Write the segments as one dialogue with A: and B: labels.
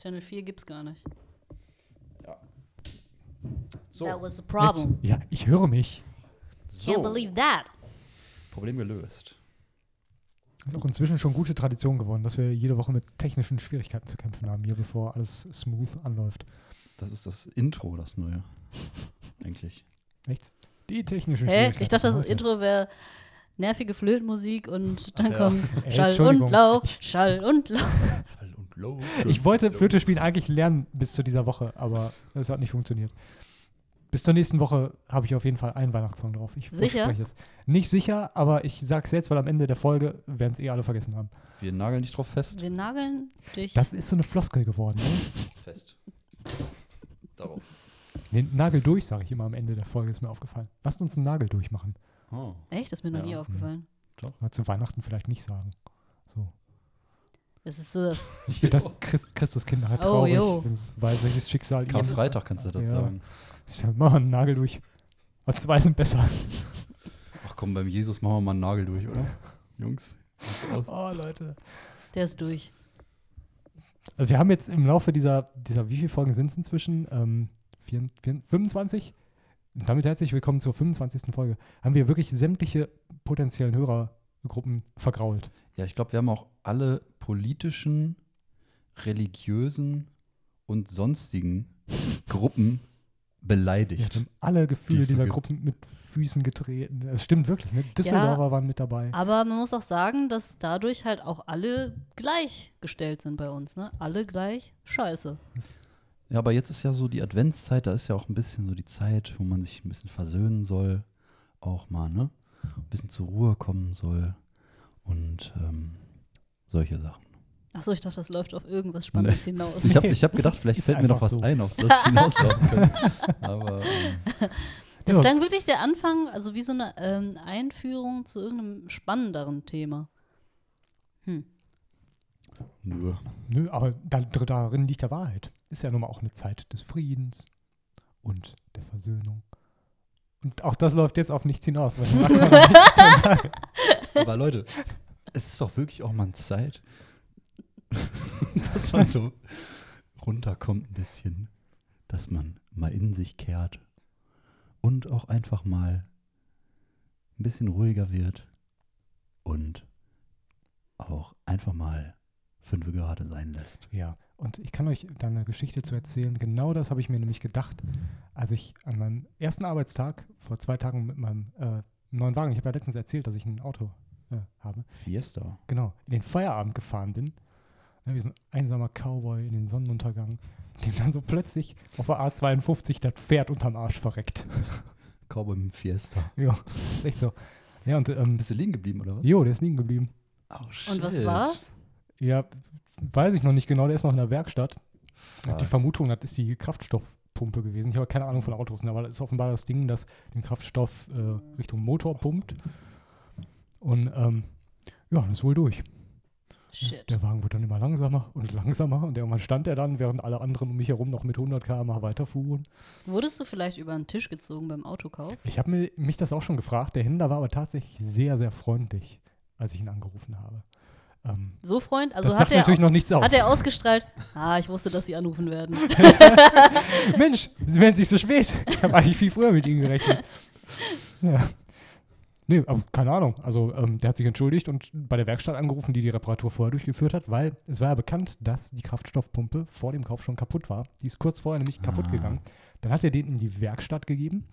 A: Channel 4 gibt's gar nicht.
B: Ja. So,
A: That was the problem.
C: Ja, ich höre mich.
A: Can't
B: so
A: believe that.
B: Problem gelöst.
C: Ist auch inzwischen schon gute Tradition geworden, dass wir jede Woche mit technischen Schwierigkeiten zu kämpfen haben, hier bevor alles smooth anläuft.
B: Das ist das Intro, das neue. Eigentlich.
C: Echt? Die technischen
A: Hä?
C: Schwierigkeiten.
A: Ich dachte, das
C: heute.
A: Intro wäre nervige Flötenmusik und dann
B: ja.
A: kommt
C: Ey,
A: Schall
C: Entschuldigung.
A: und Lauch, Schall und Lauch.
B: Schall und low.
C: Ich wollte Flöte spielen eigentlich lernen bis zu dieser Woche, aber es hat nicht funktioniert. Bis zur nächsten Woche habe ich auf jeden Fall einen Weihnachtssong drauf. Ich
A: Sicher?
C: verspreche es. Nicht sicher, aber ich sag's jetzt, weil am Ende der Folge werden es eh alle vergessen haben.
B: Wir nageln dich drauf fest.
A: Wir nageln dich.
C: Das ist so eine Floskel geworden. Ne?
B: Fest. Darauf.
C: Den Nagel durch, sage ich immer am Ende der Folge, ist mir aufgefallen. Lasst uns einen Nagel durchmachen.
B: Oh.
A: Echt? Das ist mir noch
B: Ja.
A: nie aufgefallen.
C: Mal zu Weihnachten vielleicht nicht sagen. So.
A: Das ist so das.
C: Ich will das Christ, Christuskind nachher
A: Oh,
C: traurig,
A: jo.
C: wenn es weiß, welches Schicksal ihm.
B: Karfreitag kannst du das
C: Ja.
B: sagen.
C: Ich sag, mach mal einen Nagel durch. Aber zwei sind besser.
B: Ach komm, beim Jesus machen wir mal einen Nagel durch, oder? Jungs. was aus?
C: Oh, Leute.
A: Der ist durch.
C: Also wir haben jetzt im Laufe dieser, dieser wie viele Folgen sind es inzwischen? Ähm, vier, vier, 25? Und damit herzlich willkommen zur 25. Folge. Haben wir wirklich sämtliche potenziellen Hörergruppen vergrault.
B: Ja, ich glaube, wir haben auch alle politischen, religiösen und sonstigen Gruppen
C: Wir
B: beleidigt.
C: haben alle Gefühle
B: Die
C: dieser
B: vergibt.
C: Gruppen mit Füßen getreten. Es stimmt wirklich, ne? Düsseldorfer waren mit dabei.
A: Aber man muss auch sagen, dass dadurch halt auch alle gleichgestellt sind bei uns, ne? Alle gleich scheiße.
B: Ja, aber jetzt ist ja so die Adventszeit, da ist ja auch ein bisschen so die Zeit, wo man sich ein bisschen versöhnen soll, auch mal, ne? Ein bisschen zur Ruhe kommen soll und ähm, solche Sachen.
A: Achso, ich dachte, das läuft auf irgendwas Spannendes hinaus.
B: Ich habe ich hab gedacht, vielleicht
C: Ist
B: fällt mir noch
C: einfach
B: was
C: so.
B: ein, auf das es hinauslaufen könnte. Aber ähm,
A: Das
C: Ja.
A: klang wirklich der Anfang, also wie so eine ähm, Einführung zu irgendeinem spannenderen Thema. Hm.
B: nö.
C: Nö, aber da, darin liegt der Wahrheit. Ist ja nun mal auch eine Zeit des Friedens und der Versöhnung. Und auch das läuft jetzt auf nichts hinaus. Weil danach kommt nichts mehr.
B: Aber Leute, es ist doch wirklich auch mal Zeit, dass man so runterkommt ein bisschen, dass man mal in sich kehrt und auch einfach mal ein bisschen ruhiger wird und auch einfach mal fünf gerade sein lässt.
C: Ja, und ich kann euch da eine Geschichte zu erzählen. Genau das habe ich mir nämlich gedacht, als ich an meinem ersten Arbeitstag vor zwei Tagen mit meinem äh, neuen Wagen, ich habe ja letztens erzählt, dass ich ein Auto äh, habe,
B: Fiesta.
C: genau, in den Feierabend gefahren bin. Ne, wie so ein einsamer Cowboy in den Sonnenuntergang, dem dann so plötzlich auf der A52 das Pferd unterm Arsch verreckt.
B: Cowboy mit dem Fiesta.
C: ja, ist echt so. Ja, und ähm,
B: Bist du liegen geblieben oder was?
C: jo, der ist liegen geblieben.
B: Oh,
A: Und was war's?
C: Ja, weiß ich noch nicht genau, der ist noch in der Werkstatt. Ich hab Die
B: Fuck.
C: Vermutung, das ist die Kraftstoffpumpe gewesen. Ich habe keine Ahnung von Autos, ne, aber das ist offenbar das Ding, das den Kraftstoff äh, Richtung Motor pumpt. Und ähm, ja, das ist wohl durch.
A: Shit.
C: Der Wagen wurde dann immer langsamer und langsamer und irgendwann stand er dann, während alle anderen um mich herum noch mit 100 km/h weiterfuhren.
A: Wurdest du vielleicht über den Tisch gezogen beim Autokauf?
C: Ich habe mir, mich das auch schon gefragt. Der Händler war aber tatsächlich sehr, sehr freundlich, als ich ihn angerufen habe. Ähm,
A: So, Freund? Also
C: das
A: hat
C: sagt
A: er,
C: natürlich noch nichts aus.
A: hat er ausgestrahlt, ah, ich wusste, dass sie anrufen werden.
C: Mensch, Sie werden sich so spät. Ich habe eigentlich viel früher mit Ihnen gerechnet. Ja. Nee, aber keine Ahnung. Also, ähm, der hat sich entschuldigt und bei der Werkstatt angerufen, die die Reparatur vorher durchgeführt hat, weil es war ja bekannt, dass die Kraftstoffpumpe vor dem Kauf schon kaputt war. Die ist kurz vorher nämlich kaputt
B: Ah.
C: gegangen. Dann hat er den in die Werkstatt gegeben.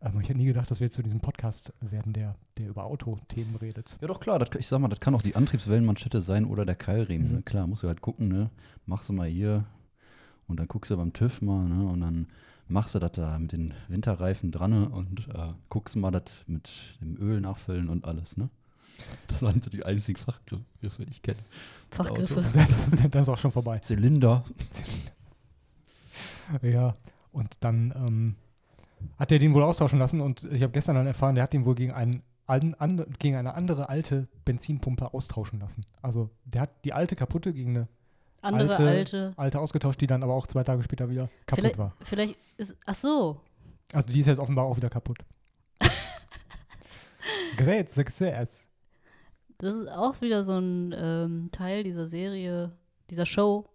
C: Ähm, ich hätte nie gedacht, dass wir jetzt zu diesem Podcast werden, der, der über Autothemen redet.
B: Ja, doch klar, das, ich sag mal, das kann auch die Antriebswellenmanschette sein oder der Keilriemen.
C: Mhm.
B: Ne? Klar, musst du halt gucken, ne? Machst du mal hier und dann guckst du beim TÜV mal, ne? Und dann machst du das da mit den Winterreifen dran ne? und äh, guckst mal das mit dem Öl nachfüllen und alles, ne? Das waren so die einzigen Fachgriffe, die ich kenne.
A: Fachgriffe.
C: das ist auch schon vorbei.
B: Zylinder.
C: Ja, und dann ähm, hat er den wohl austauschen lassen und ich habe gestern dann erfahren, der hat den wohl gegen, einen, alten- ande- gegen eine andere alte Benzinpumpe austauschen lassen. Also der hat die alte kaputte gegen eine
A: Andere
C: alte,
A: alte.
C: alte ausgetauscht, die dann aber auch zwei Tage später wieder kaputt
A: Vielleicht,
C: war.
A: vielleicht ist. Ach so.
C: Also die ist jetzt offenbar auch wieder kaputt. Great success.
A: Das ist auch wieder so ein ähm, Teil dieser Serie, dieser Show,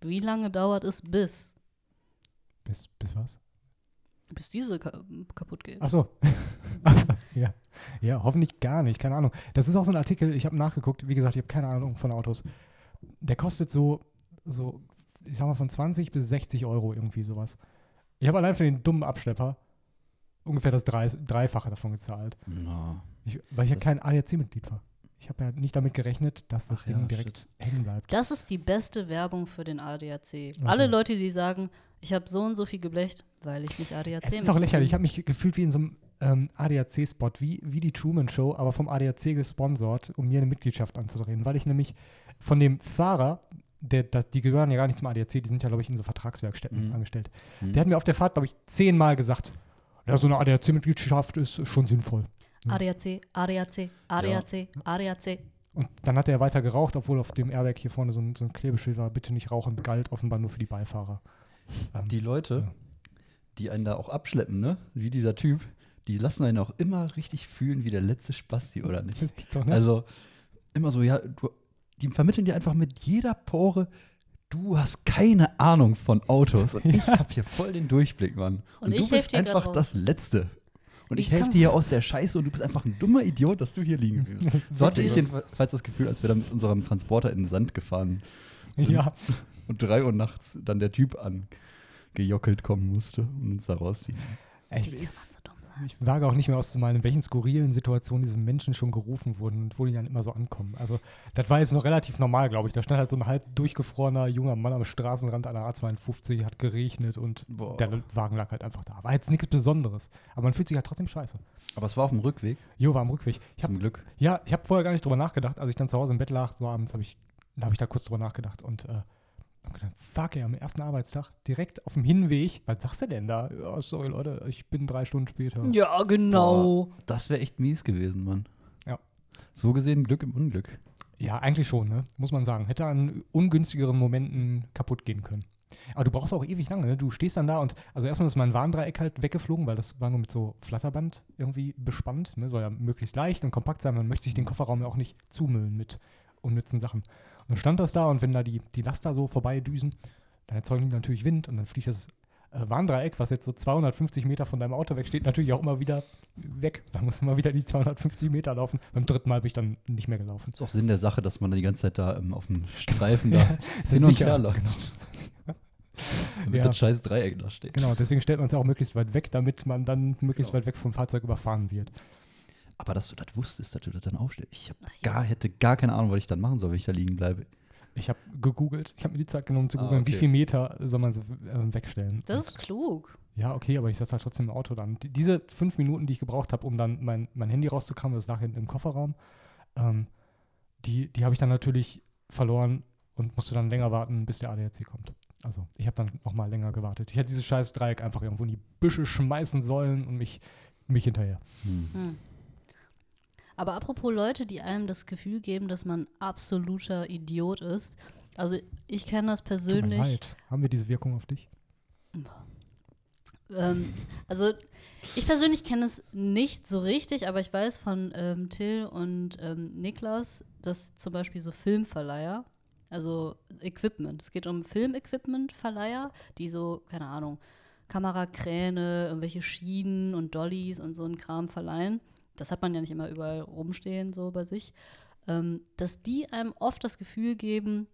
A: Wie lange dauert es bis,
C: Bis, bis was?
A: bis diese ka kaputt geht?
C: Ach so. ja. ja, hoffentlich gar nicht. Keine Ahnung. Das ist auch so ein Artikel, ich habe nachgeguckt. Wie gesagt, ich habe keine Ahnung von Autos. Der kostet so, so, ich sag mal, von 20 bis 60 Euro irgendwie sowas. Ich habe allein für den dummen Abschlepper ungefähr das Drei- Dreifache davon gezahlt.
B: Na,
C: Ich, weil ich ja
B: Das-
C: kein ADAC-Mitglied war. Ich habe ja nicht damit gerechnet, dass das
B: Ach
C: Ding
B: ja,
C: direkt hängen bleibt.
A: Das ist die beste Werbung für den ADAC. Alle Leute, die sagen, ich habe so und so viel geblecht, weil ich nicht ADAC
C: Es ist
A: mit-
C: auch lächerlich. Ich habe mich gefühlt wie in so einem ähm, ADAC-Spot, wie, wie die Truman Show, aber vom ADAC gesponsert, um mir eine Mitgliedschaft anzudrehen, weil ich nämlich von dem Fahrer, der, da- die gehören ja gar nicht zum ADAC, die sind ja, glaube ich, in so Vertragswerkstätten
B: Mhm.
C: angestellt.
B: Mhm.
C: Der hat mir auf der Fahrt, glaube ich, zehnmal gesagt, ja, so eine ADAC-Mitgliedschaft ist schon sinnvoll.
A: ADAC, ADAC, ADAC, ADAC.
C: Und dann hat er weiter geraucht, obwohl auf dem Airbag hier vorne so ein, so ein Klebeschild war, bitte nicht rauchen, galt offenbar nur für die Beifahrer.
B: die Leute,
C: Ja.
B: die einen da auch abschleppen, ne? Wie dieser Typ, die lassen einen auch immer richtig fühlen wie der letzte Spasti, oder nicht?
C: Das ist echt so, ne?
B: Also immer so, ja, du, die vermitteln dir einfach mit jeder Pore, du hast keine Ahnung von Autos. Und ich habe hier voll den Durchblick, Mann.
A: Und
B: Und,
A: ich
B: du
A: helf
B: bist
A: dir grad
B: einfach
A: raus.
B: das Letzte. Und ich,
A: Ich
B: helfe
A: kann-
B: dir hier aus der Scheiße und du bist einfach ein dummer Idiot, dass du hier liegen
C: Das
B: willst.
C: ist
B: So hatte
C: wirklich
B: ich jedenfalls das Gefühl, als wir dann mit unserem Transporter in den Sand gefahren sind
C: ja.
B: und drei Uhr nachts dann der Typ angejockelt kommen musste und uns da rausziehen.
C: Ich,
A: Wie kann man so dumm sein?
C: Ich wage auch nicht mehr auszumalen, in welchen skurrilen Situationen diese Menschen schon gerufen wurden und wo die dann immer so ankommen. Also, das war jetzt noch relativ normal, glaube ich. Da stand halt so ein halb durchgefrorener junger Mann am Straßenrand an der A52, hat geregnet und
B: Boah.
C: der Wagen lag halt einfach da. War jetzt nichts Besonderes. Aber man fühlt sich halt trotzdem scheiße.
B: Aber es war auf dem Rückweg,
C: Jo, war am Rückweg. Ich hab,
B: zum Glück.
C: ja, ich habe vorher gar nicht drüber nachgedacht. Als ich dann zu Hause im Bett lag, so abends, habe ich, da habe ich da kurz drüber nachgedacht und äh, hab gedacht, fuck ey, am ersten Arbeitstag, direkt auf dem Hinweg, was sagst du denn da? Ja, sorry Leute, ich bin drei Stunden später.
A: Ja, genau.
B: Das wäre echt mies gewesen, Mann.
C: Ja.
B: So gesehen Glück im Unglück.
C: Ja, eigentlich schon, ne? muss man sagen. Hätte an ungünstigeren Momenten kaputt gehen können. Aber du brauchst auch ewig lange, ne? Du stehst dann da und, also erstmal ist mein Warndreieck halt weggeflogen, weil das war nur mit so Flatterband irgendwie bespannt, ne? Soll ja möglichst leicht und kompakt sein, man möchte sich den Kofferraum ja auch nicht zumüllen mit unnützen Sachen. Und dann stand das da und wenn da die, die Laster so vorbeidüsen, dann erzeugen die natürlich Wind und dann fliegt das äh, Warndreieck, was jetzt so 250 Meter von deinem Auto wegsteht, natürlich auch immer wieder weg. Da muss immer wieder die 250 Meter laufen. Beim dritten Mal bin ich dann nicht mehr gelaufen.
B: Ist auch Sinn der Sache, dass man die ganze Zeit da ähm, auf dem Streifen da
C: Ist
B: hin
C: Genau. ja
B: und
C: sicher. Genau.
B: her läuft. Damit
C: Ja.
B: das scheiß Dreieck da steht.
C: Genau, deswegen stellt man es auch möglichst weit weg, damit man dann möglichst
B: Genau.
C: weit weg vom Fahrzeug überfahren wird.
B: Aber dass du das wusstest, dass du das dann aufstellst. Ich hab
A: Ach ja.
B: gar, hätte gar keine Ahnung, was ich dann machen soll, wenn ich da liegen bleibe.
C: Ich habe gegoogelt, ich habe mir die Zeit genommen zu
B: Ah,
C: googeln, wie
B: okay.
C: viel Meter soll man so, äh, wegstellen.
A: Das ist klug.
C: ja, okay, aber ich saß halt trotzdem im Auto dann. Die, diese fünf Minuten, die ich gebraucht habe, um dann mein, mein Handy rauszukramen, das lag hinten im Kofferraum, ähm, die, die habe ich dann natürlich verloren und musste dann länger warten, bis der ADAC kommt. Also ich habe dann nochmal länger gewartet. Ich hätte dieses scheiß Dreieck einfach irgendwo in die Büsche schmeißen sollen und mich, mich hinterher.
B: Hm.
A: Hm. Aber apropos Leute, die einem das Gefühl geben, dass man absoluter Idiot ist. Also ich kenne das
C: Tut mir
A: persönlich.
C: leid. Haben wir diese Wirkung auf dich?
A: Ähm, also ich persönlich kenne es nicht so richtig, aber ich weiß von ähm, Till und ähm, Niklas, dass zum Beispiel so Filmverleiher, also Equipment, es geht um Filmequipment-Verleiher, die so, keine Ahnung, Kamerakräne, irgendwelche Schienen und Dollys und so einen Kram verleihen. Das hat man ja nicht immer überall rumstehen, so bei sich. Ähm, dass die einem oft das Gefühl geben,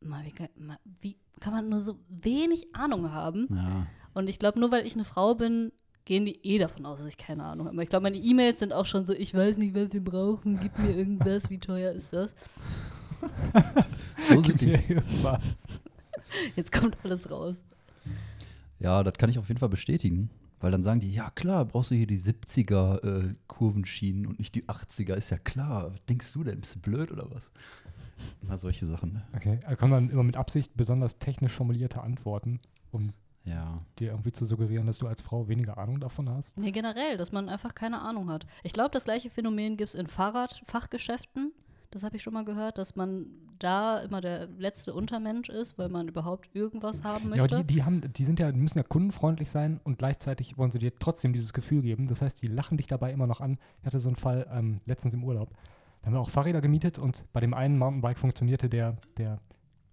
A: mal, wie, kann- mal, wie kann man nur so wenig Ahnung haben?
B: Ja.
A: Und ich glaube, nur weil ich eine Frau bin, gehen die eh davon aus, dass ich keine Ahnung habe. Aber ich glaube, meine E-Mails sind auch schon so, ich weiß nicht, was wir brauchen, gib mir irgendwas, wie teuer ist das?
B: So sind
C: Gib
B: die.
C: mir irgendwas.
A: Jetzt kommt alles raus.
B: ja, das kann ich auf jeden Fall bestätigen. Weil dann sagen die, ja klar, brauchst du hier die 70er äh, Kurvenschienen und nicht die 80er, ist ja klar. Was denkst du denn? Bist du blöd oder was? Mal solche Sachen. ne?
C: Okay, also kann man immer mit Absicht besonders technisch formulierte Antworten, um
B: Ja.
C: dir irgendwie zu suggerieren, dass du als Frau weniger Ahnung davon hast?
A: Nee, generell, dass man einfach keine Ahnung hat. Ich glaube, das gleiche Phänomen gibt es in Fahrradfachgeschäften. Das habe ich schon mal gehört, dass man da immer der letzte Untermensch ist, weil man überhaupt irgendwas haben
C: Ja,
A: möchte.
C: aber die, die, haben, die sind ja, die müssen ja kundenfreundlich sein und gleichzeitig wollen sie dir trotzdem dieses Gefühl geben. Das heißt, die lachen dich dabei immer noch an. Ich hatte so einen Fall ähm, letztens im Urlaub. Da haben wir auch Fahrräder gemietet und bei dem einen Mountainbike funktionierte der, der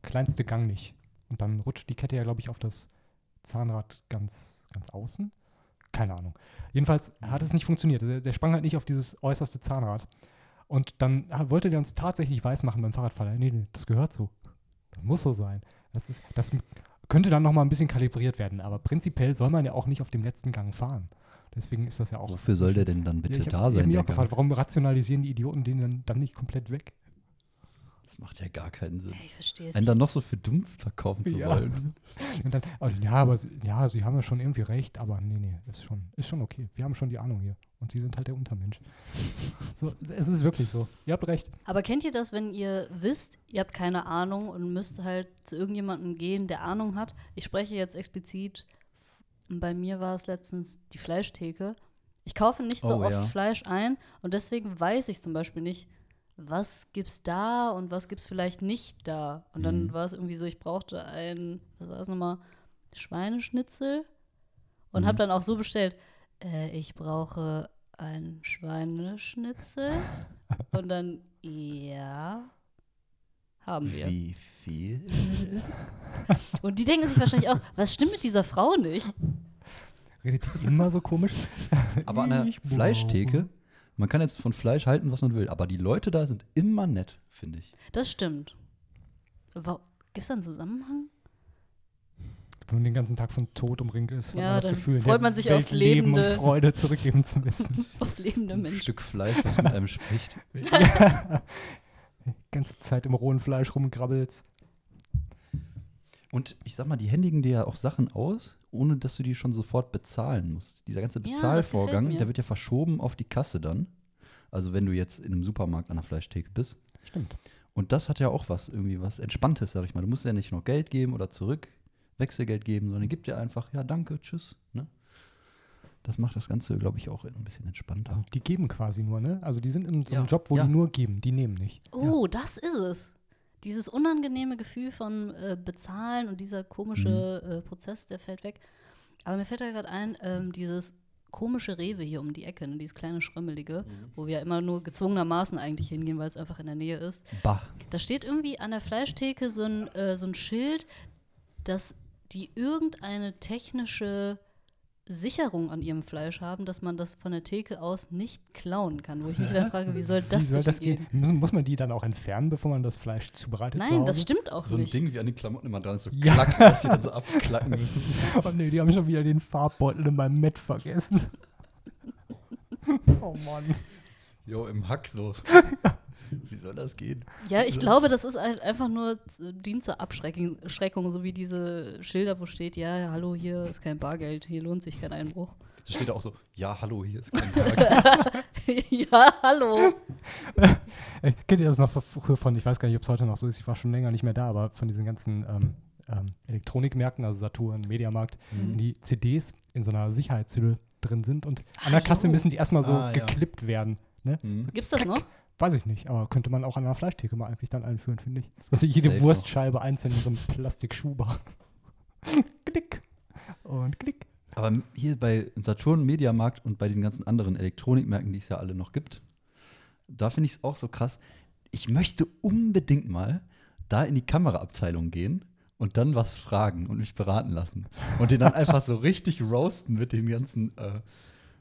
C: kleinste Gang nicht. Und dann rutscht die Kette ja, glaube ich, auf das Zahnrad ganz, ganz außen. Keine Ahnung. Jedenfalls
B: Mhm.
C: hat es nicht funktioniert. Der, der sprang halt nicht auf dieses äußerste Zahnrad. Und dann ha- wollte der uns tatsächlich weismachen beim Fahrradfahren. Nee, nee, das gehört so. Das muss so sein. Das, ist, das m- könnte dann nochmal ein bisschen kalibriert werden. Aber prinzipiell soll man ja auch nicht auf dem letzten Gang fahren. Deswegen ist das ja auch.
B: Wofür soll der denn dann bitte
C: ich hab-
B: da
C: ich hab
B: sein?
C: mich
B: der
C: auch gefragt,
B: Gang?
C: warum rationalisieren die Idioten den dann, dann nicht komplett weg?
B: Das macht ja gar keinen Sinn.
A: Ich verstehe es
B: Einen
A: nicht.
B: dann noch so für dumm verkaufen zu
C: Ja.
B: wollen.
C: Und dann, aber, ja, aber sie- ja, sie haben ja schon irgendwie recht, aber nee, nee, ist schon, ist schon okay. Wir haben schon die Ahnung hier. Und sie sind halt der Untermensch. So, es ist wirklich so. Ihr habt recht.
A: Aber kennt ihr das, wenn ihr wisst, ihr habt keine Ahnung und müsst halt zu irgendjemandem gehen, der Ahnung hat? Ich spreche jetzt explizit, f- bei mir war es letztens die Fleischtheke. Ich kaufe nicht so
B: Oh,
A: oft
B: ja.
A: Fleisch ein und deswegen weiß ich zum Beispiel nicht, was gibt's da und was gibt's vielleicht nicht da. Und dann
B: Mhm.
A: war es irgendwie so, ich brauchte ein, was war es nochmal, Schweineschnitzel und habe
B: Mhm.
A: dann auch so bestellt, äh, ich brauche ein Schweineschnitzel. Und dann, ja, haben wir.
B: Wie viel?
A: Und die denken sich wahrscheinlich auch, was stimmt mit dieser Frau nicht?
C: Redet ihr immer so komisch?
B: Aber an der
C: Ich brauche-
B: Fleischtheke, man kann jetzt von Fleisch halten, was man will, aber die Leute da sind immer nett, finde ich.
A: Das stimmt. Gibt es da einen Zusammenhang?
C: Wenn man den ganzen Tag von Tod umringt ist, hat
A: Ja,
C: man das
A: dann
C: Gefühl,
A: freut
C: der
A: man sich auf
C: Welt Leben und
A: lebende-
C: Freude zurückgeben zu müssen.
A: Auf lebende
B: Ein
A: Menschen.
B: Stück Fleisch, was mit einem spricht.
C: ja. Die ganze Zeit im rohen Fleisch rumkrabbelst.
B: Und ich sag mal, die händigen dir ja auch Sachen aus, ohne dass du die schon sofort bezahlen musst. Dieser ganze
A: Ja, das
B: Bezahlvorgang,
A: gefällt mir.
B: der wird ja verschoben auf die Kasse dann. Also wenn du jetzt in einem Supermarkt an der Fleischtheke bist.
C: Stimmt.
B: Und das hat ja auch was, irgendwie was Entspanntes, sag ich mal. Du musst ja nicht noch Geld geben oder zurück Wechselgeld geben, sondern gibt dir einfach, ja, danke, tschüss. Ne? Das macht das Ganze, glaube ich, auch ein bisschen entspannter.
C: Also die geben quasi nur, ne? Also die sind in so
B: Ja,
C: einem Job, wo
B: ja.
C: die nur geben, die nehmen nicht.
A: Oh, das ist es. Dieses unangenehme Gefühl von äh, Bezahlen und dieser komische äh, Prozess, der fällt weg. Aber mir fällt da gerade ein, ähm, dieses komische Rewe hier um die Ecke, ne, dieses kleine Schrömmelige, wo wir immer nur gezwungenermaßen eigentlich hingehen, weil es einfach in der Nähe ist.
B: Also, Bah.
A: Da steht irgendwie an der Fleischtheke so ein, äh, so ein Schild, dass die irgendeine technische Sicherung an ihrem Fleisch haben, dass man das von der Theke aus nicht klauen kann. Wo ich mich dann frage, wie soll das,
C: Wie soll
A: bitte
C: das gehen? Muss, muss man die dann auch entfernen, bevor man das Fleisch zubereitet? zu
A: Nein, das
C: Hause?
A: stimmt auch
B: So ein
A: nicht.
B: Ding wie an den Klamotten immer dran ist, so
C: Ja.
B: klack, dass sie dann so abklacken müssen.
C: Oh nee, die haben schon wieder den Farbbeutel in meinem Met vergessen. oh Mann.
B: Jo, im Hack so. Wie soll das gehen?
A: Ja, ich
B: Das-
A: glaube, das ist halt einfach nur z- dient zur Abschreckung, Schreckung, so wie diese Schilder, wo steht, ja, hallo, hier ist kein Bargeld, hier lohnt sich kein Einbruch.
B: Da steht auch so, ja, hallo, hier ist kein Hack.
A: ja, hallo.
C: Ey, Äh, kennt ihr das noch von früher von, ich weiß gar nicht, ob es heute noch so ist, ich war schon länger nicht mehr da, aber von diesen ganzen ähm, ähm, Elektronikmärkten, also Saturn, Mediamarkt,
B: Mhm.
C: wenn die CDs in so einer Sicherheitshülle drin sind und an der
A: Ach,
C: Kasse
A: jo.
C: müssen die erstmal so
B: Ah, ja.
C: geklippt werden. Ne?
B: Hm.
A: Gibt's das noch?
C: Weiß ich nicht, aber könnte man auch an einer Fleischtheke mal eigentlich dann einführen, finde ich. Dass ich jede
B: safe
C: Wurstscheibe einzeln in so einem Plastikschuber. klick und klick.
B: Aber hier bei Saturn, Mediamarkt und bei diesen ganzen anderen Elektronikmärkten, die es ja alle noch gibt, da finde ich es auch so krass. Ich möchte unbedingt mal da in die Kameraabteilung gehen und dann was fragen und mich beraten lassen. Und den dann einfach so richtig roasten mit den ganzen, äh,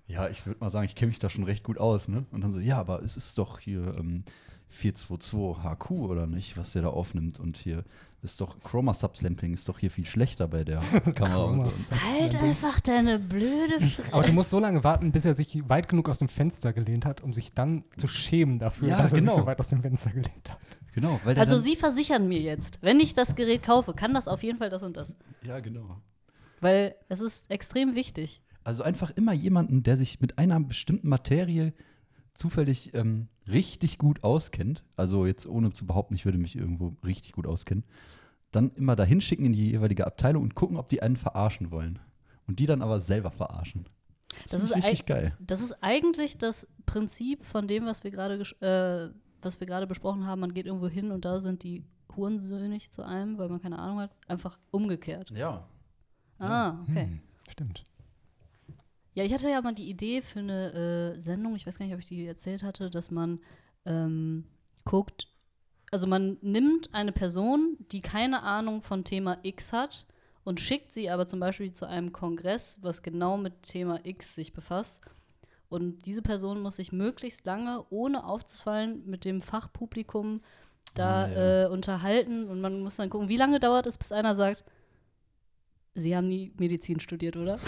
B: ja, ich würde mal sagen, ich kenne mich da schon recht gut aus, ne? Und dann so, ja, aber es ist doch hier ähm, 422 HQ oder nicht, was der da aufnimmt. Und hier ist doch Chroma Subslamping ist doch hier viel schlechter bei der Kamera. und so.
A: Halt einfach deine blöde Fresse.
C: Aber du musst so lange warten, bis er sich weit genug aus dem Fenster gelehnt hat, um sich dann zu schämen dafür,
B: Ja,
C: dass er
B: genau.
C: sich so weit aus dem Fenster gelehnt hat.
B: Genau, weil der
A: Also
B: dann-
A: sie versichern mir jetzt, wenn ich das Gerät kaufe, kann das auf jeden Fall das und das.
B: Ja, genau.
A: Weil es ist extrem wichtig.
B: Also einfach immer jemanden, der sich mit einer bestimmten Materie zufällig ähm, richtig gut auskennt, also jetzt ohne zu behaupten, ich würde mich irgendwo richtig gut auskennen, dann immer dahin schicken in die jeweilige Abteilung und gucken, ob die einen verarschen wollen. Und die dann aber selber verarschen.
A: Das ist
B: richtig geil.
A: Das ist eigentlich das Prinzip von dem, was wir gerade gesch- äh, was wir gerade besprochen haben. Man geht irgendwo hin und da sind die Hurensöhnig zu einem, weil man keine Ahnung hat. Einfach umgekehrt.
B: Ja.
A: Ah, okay.
C: Hm, stimmt.
A: Ja, ich hatte ja mal die Idee für eine äh, Sendung, ich weiß gar nicht, ob ich die erzählt hatte, dass man ähm, guckt, also man nimmt eine Person, die keine Ahnung von Thema X hat und schickt sie aber zum Beispiel zu einem Kongress, was genau mit Thema X sich befasst. Und diese Person muss sich möglichst lange, ohne aufzufallen, mit dem Fachpublikum da
B: Ah, ja.
A: äh, unterhalten. Und man muss dann gucken, wie lange dauert es, bis einer sagt, Sie haben nie Medizin studiert, oder?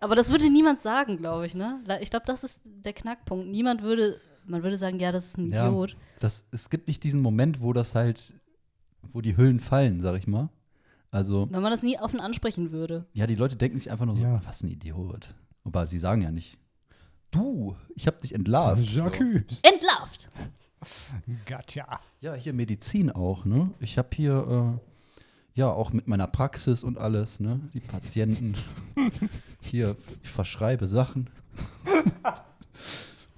A: Aber das würde niemand sagen, glaube ich, ne? Ich glaube, das ist der Knackpunkt. Niemand würde, man würde sagen, ja, das ist ein
B: Ja.
A: Idiot.
B: Das, es gibt nicht diesen Moment, wo das halt, wo die Hüllen fallen, sag ich mal. Also,
A: Wenn man das nie offen ansprechen würde.
B: ja, die Leute denken sich einfach nur so,
C: Ja.
B: was ein Idiot. Aber sie sagen ja nicht, du, ich hab dich entlarvt.
C: Ah, Jacques.
A: Entlarvt!
C: Gotcha.
B: Ja, hier Medizin auch, ne? Ich habe hier, äh, ja, auch mit meiner Praxis und alles, ne? Die Patienten. hier, ich verschreibe Sachen.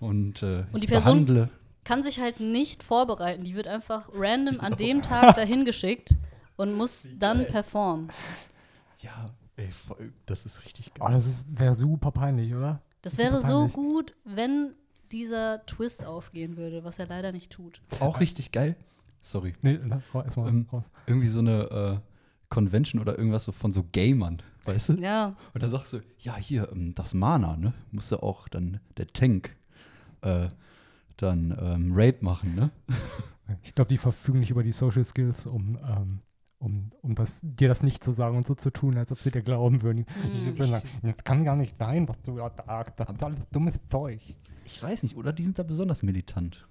B: und, äh,
A: Und die
B: ich
A: Person-
B: behandle.
A: Kann sich halt nicht vorbereiten. Die wird einfach random an dem Tag dahin geschickt und muss dann performen.
B: Ja, ey, voll, das ist richtig
C: Oh, das wäre super peinlich, oder?
A: Das
C: Ist
A: wäre
C: super
A: so
C: peinlich.
A: gut, wenn dieser Twist aufgehen würde, was er leider nicht tut.
B: Auch richtig geil. Sorry.
C: Nee, na, ra- erstmal
B: Ähm,
C: raus.
B: Irgendwie so eine äh, Convention oder irgendwas so von so Gamern, weißt du?
A: Ja,
B: Und dann sagst du, ja, hier, ähm, das Mana, ne? Muss ja auch dann der Tank äh, dann ähm, Raid machen, ne?
C: Ich glaube, die verfügen nicht über die Social Skills, um, ähm, um, um das, dir das nicht zu sagen und so zu tun, als ob sie dir glauben würden.
A: Hm,
C: Die würden sagen, das kann gar nicht sein, was du da sagst. Das ist
B: Aber-
C: alles dummes Zeug.
B: Ich weiß nicht, oder? Die sind da besonders militant.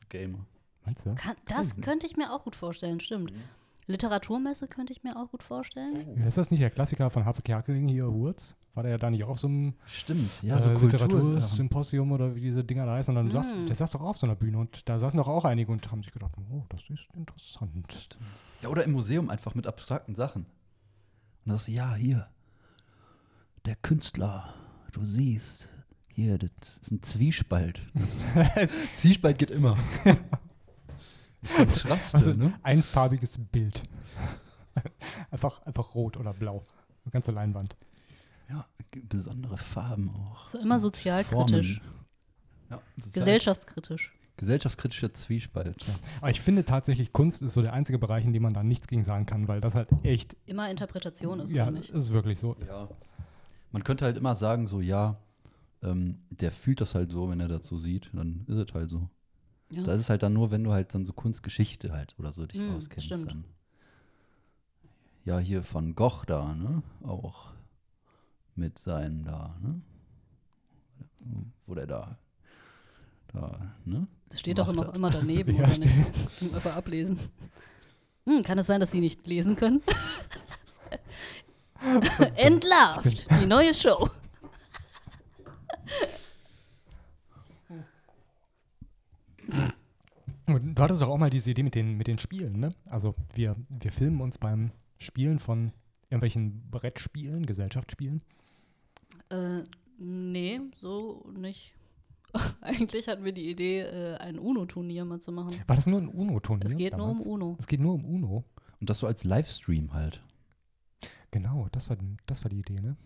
B: So Gamer.
C: Meinst du?
A: kann, das könnte ich mir auch gut vorstellen, stimmt.
B: Mhm.
A: Literaturmesse könnte ich mir auch gut vorstellen.
C: Ja, ist das nicht der Klassiker von Hafe Kerkeling hier, Hurz? War der ja da nicht auf so einem
B: Stimmt,
C: ja,
B: ja, so
C: äh,
B: Kultur.
C: Literatursymposium oder wie diese Dinger da heißen? Und dann saß,
A: Mm.
C: der saß doch auch auf so einer Bühne und da saßen doch auch einige und haben sich gedacht, oh, das ist interessant.
B: Ja, oder im Museum einfach mit abstrakten Sachen. Und das, ja, hier, der Künstler, du siehst, hier, das ist ein Zwiespalt. Zwiespalt geht immer. Kontraste,
C: Also
B: ne?
C: einfarbiges Bild. einfach, einfach rot oder blau. Eine ganze Leinwand.
B: Ja, g- besondere Farben auch.
A: So immer sozialkritisch,
B: Formen. Ja, sozial
A: gesellschaftskritisch.
B: gesellschaftskritischer Zwiespalt.
C: Aber ich finde tatsächlich, Kunst ist so der einzige Bereich, in dem man da nichts gegen sagen kann, weil das halt echt,
A: Immer Interpretation ist,
C: ja,
A: Oh, finde ich.
C: ist wirklich so.
B: Ja. Man könnte halt immer sagen, so, ja, ähm, der fühlt das halt so, wenn er das so sieht, dann ist es halt so.
A: Ja.
B: Da ist es halt dann nur, wenn du halt dann so Kunstgeschichte halt oder so dich
A: Hm,
B: auskennst.
A: stimmt.
B: Dann. Ja, hier Van Gogh da, ne? Auch mit seinen da, ne? Wo der da, da, ne?
A: Das steht doch
B: macht
A: immer,
B: hat.
A: immer daneben,
C: Ja,
A: oder nicht? Muss Einfach ablesen. Hm, kann es sein, dass sie nicht lesen können? Entlarvt, die neue Show.
C: Und du hattest doch auch mal diese Idee mit den, mit den Spielen, ne? Also wir, wir filmen uns beim Spielen von irgendwelchen Brettspielen, Gesellschaftsspielen.
A: Äh, nee, so nicht. Eigentlich hatten wir die Idee, äh, ein UNO-Turnier mal zu machen.
C: War das nur ein UNO-Turnier?
A: Es geht nur um
C: Mhm, damals?
A: UNO.
C: Es geht nur um UNO.
B: Und das so als Livestream halt.
C: Genau, das war, das war die Idee, ne?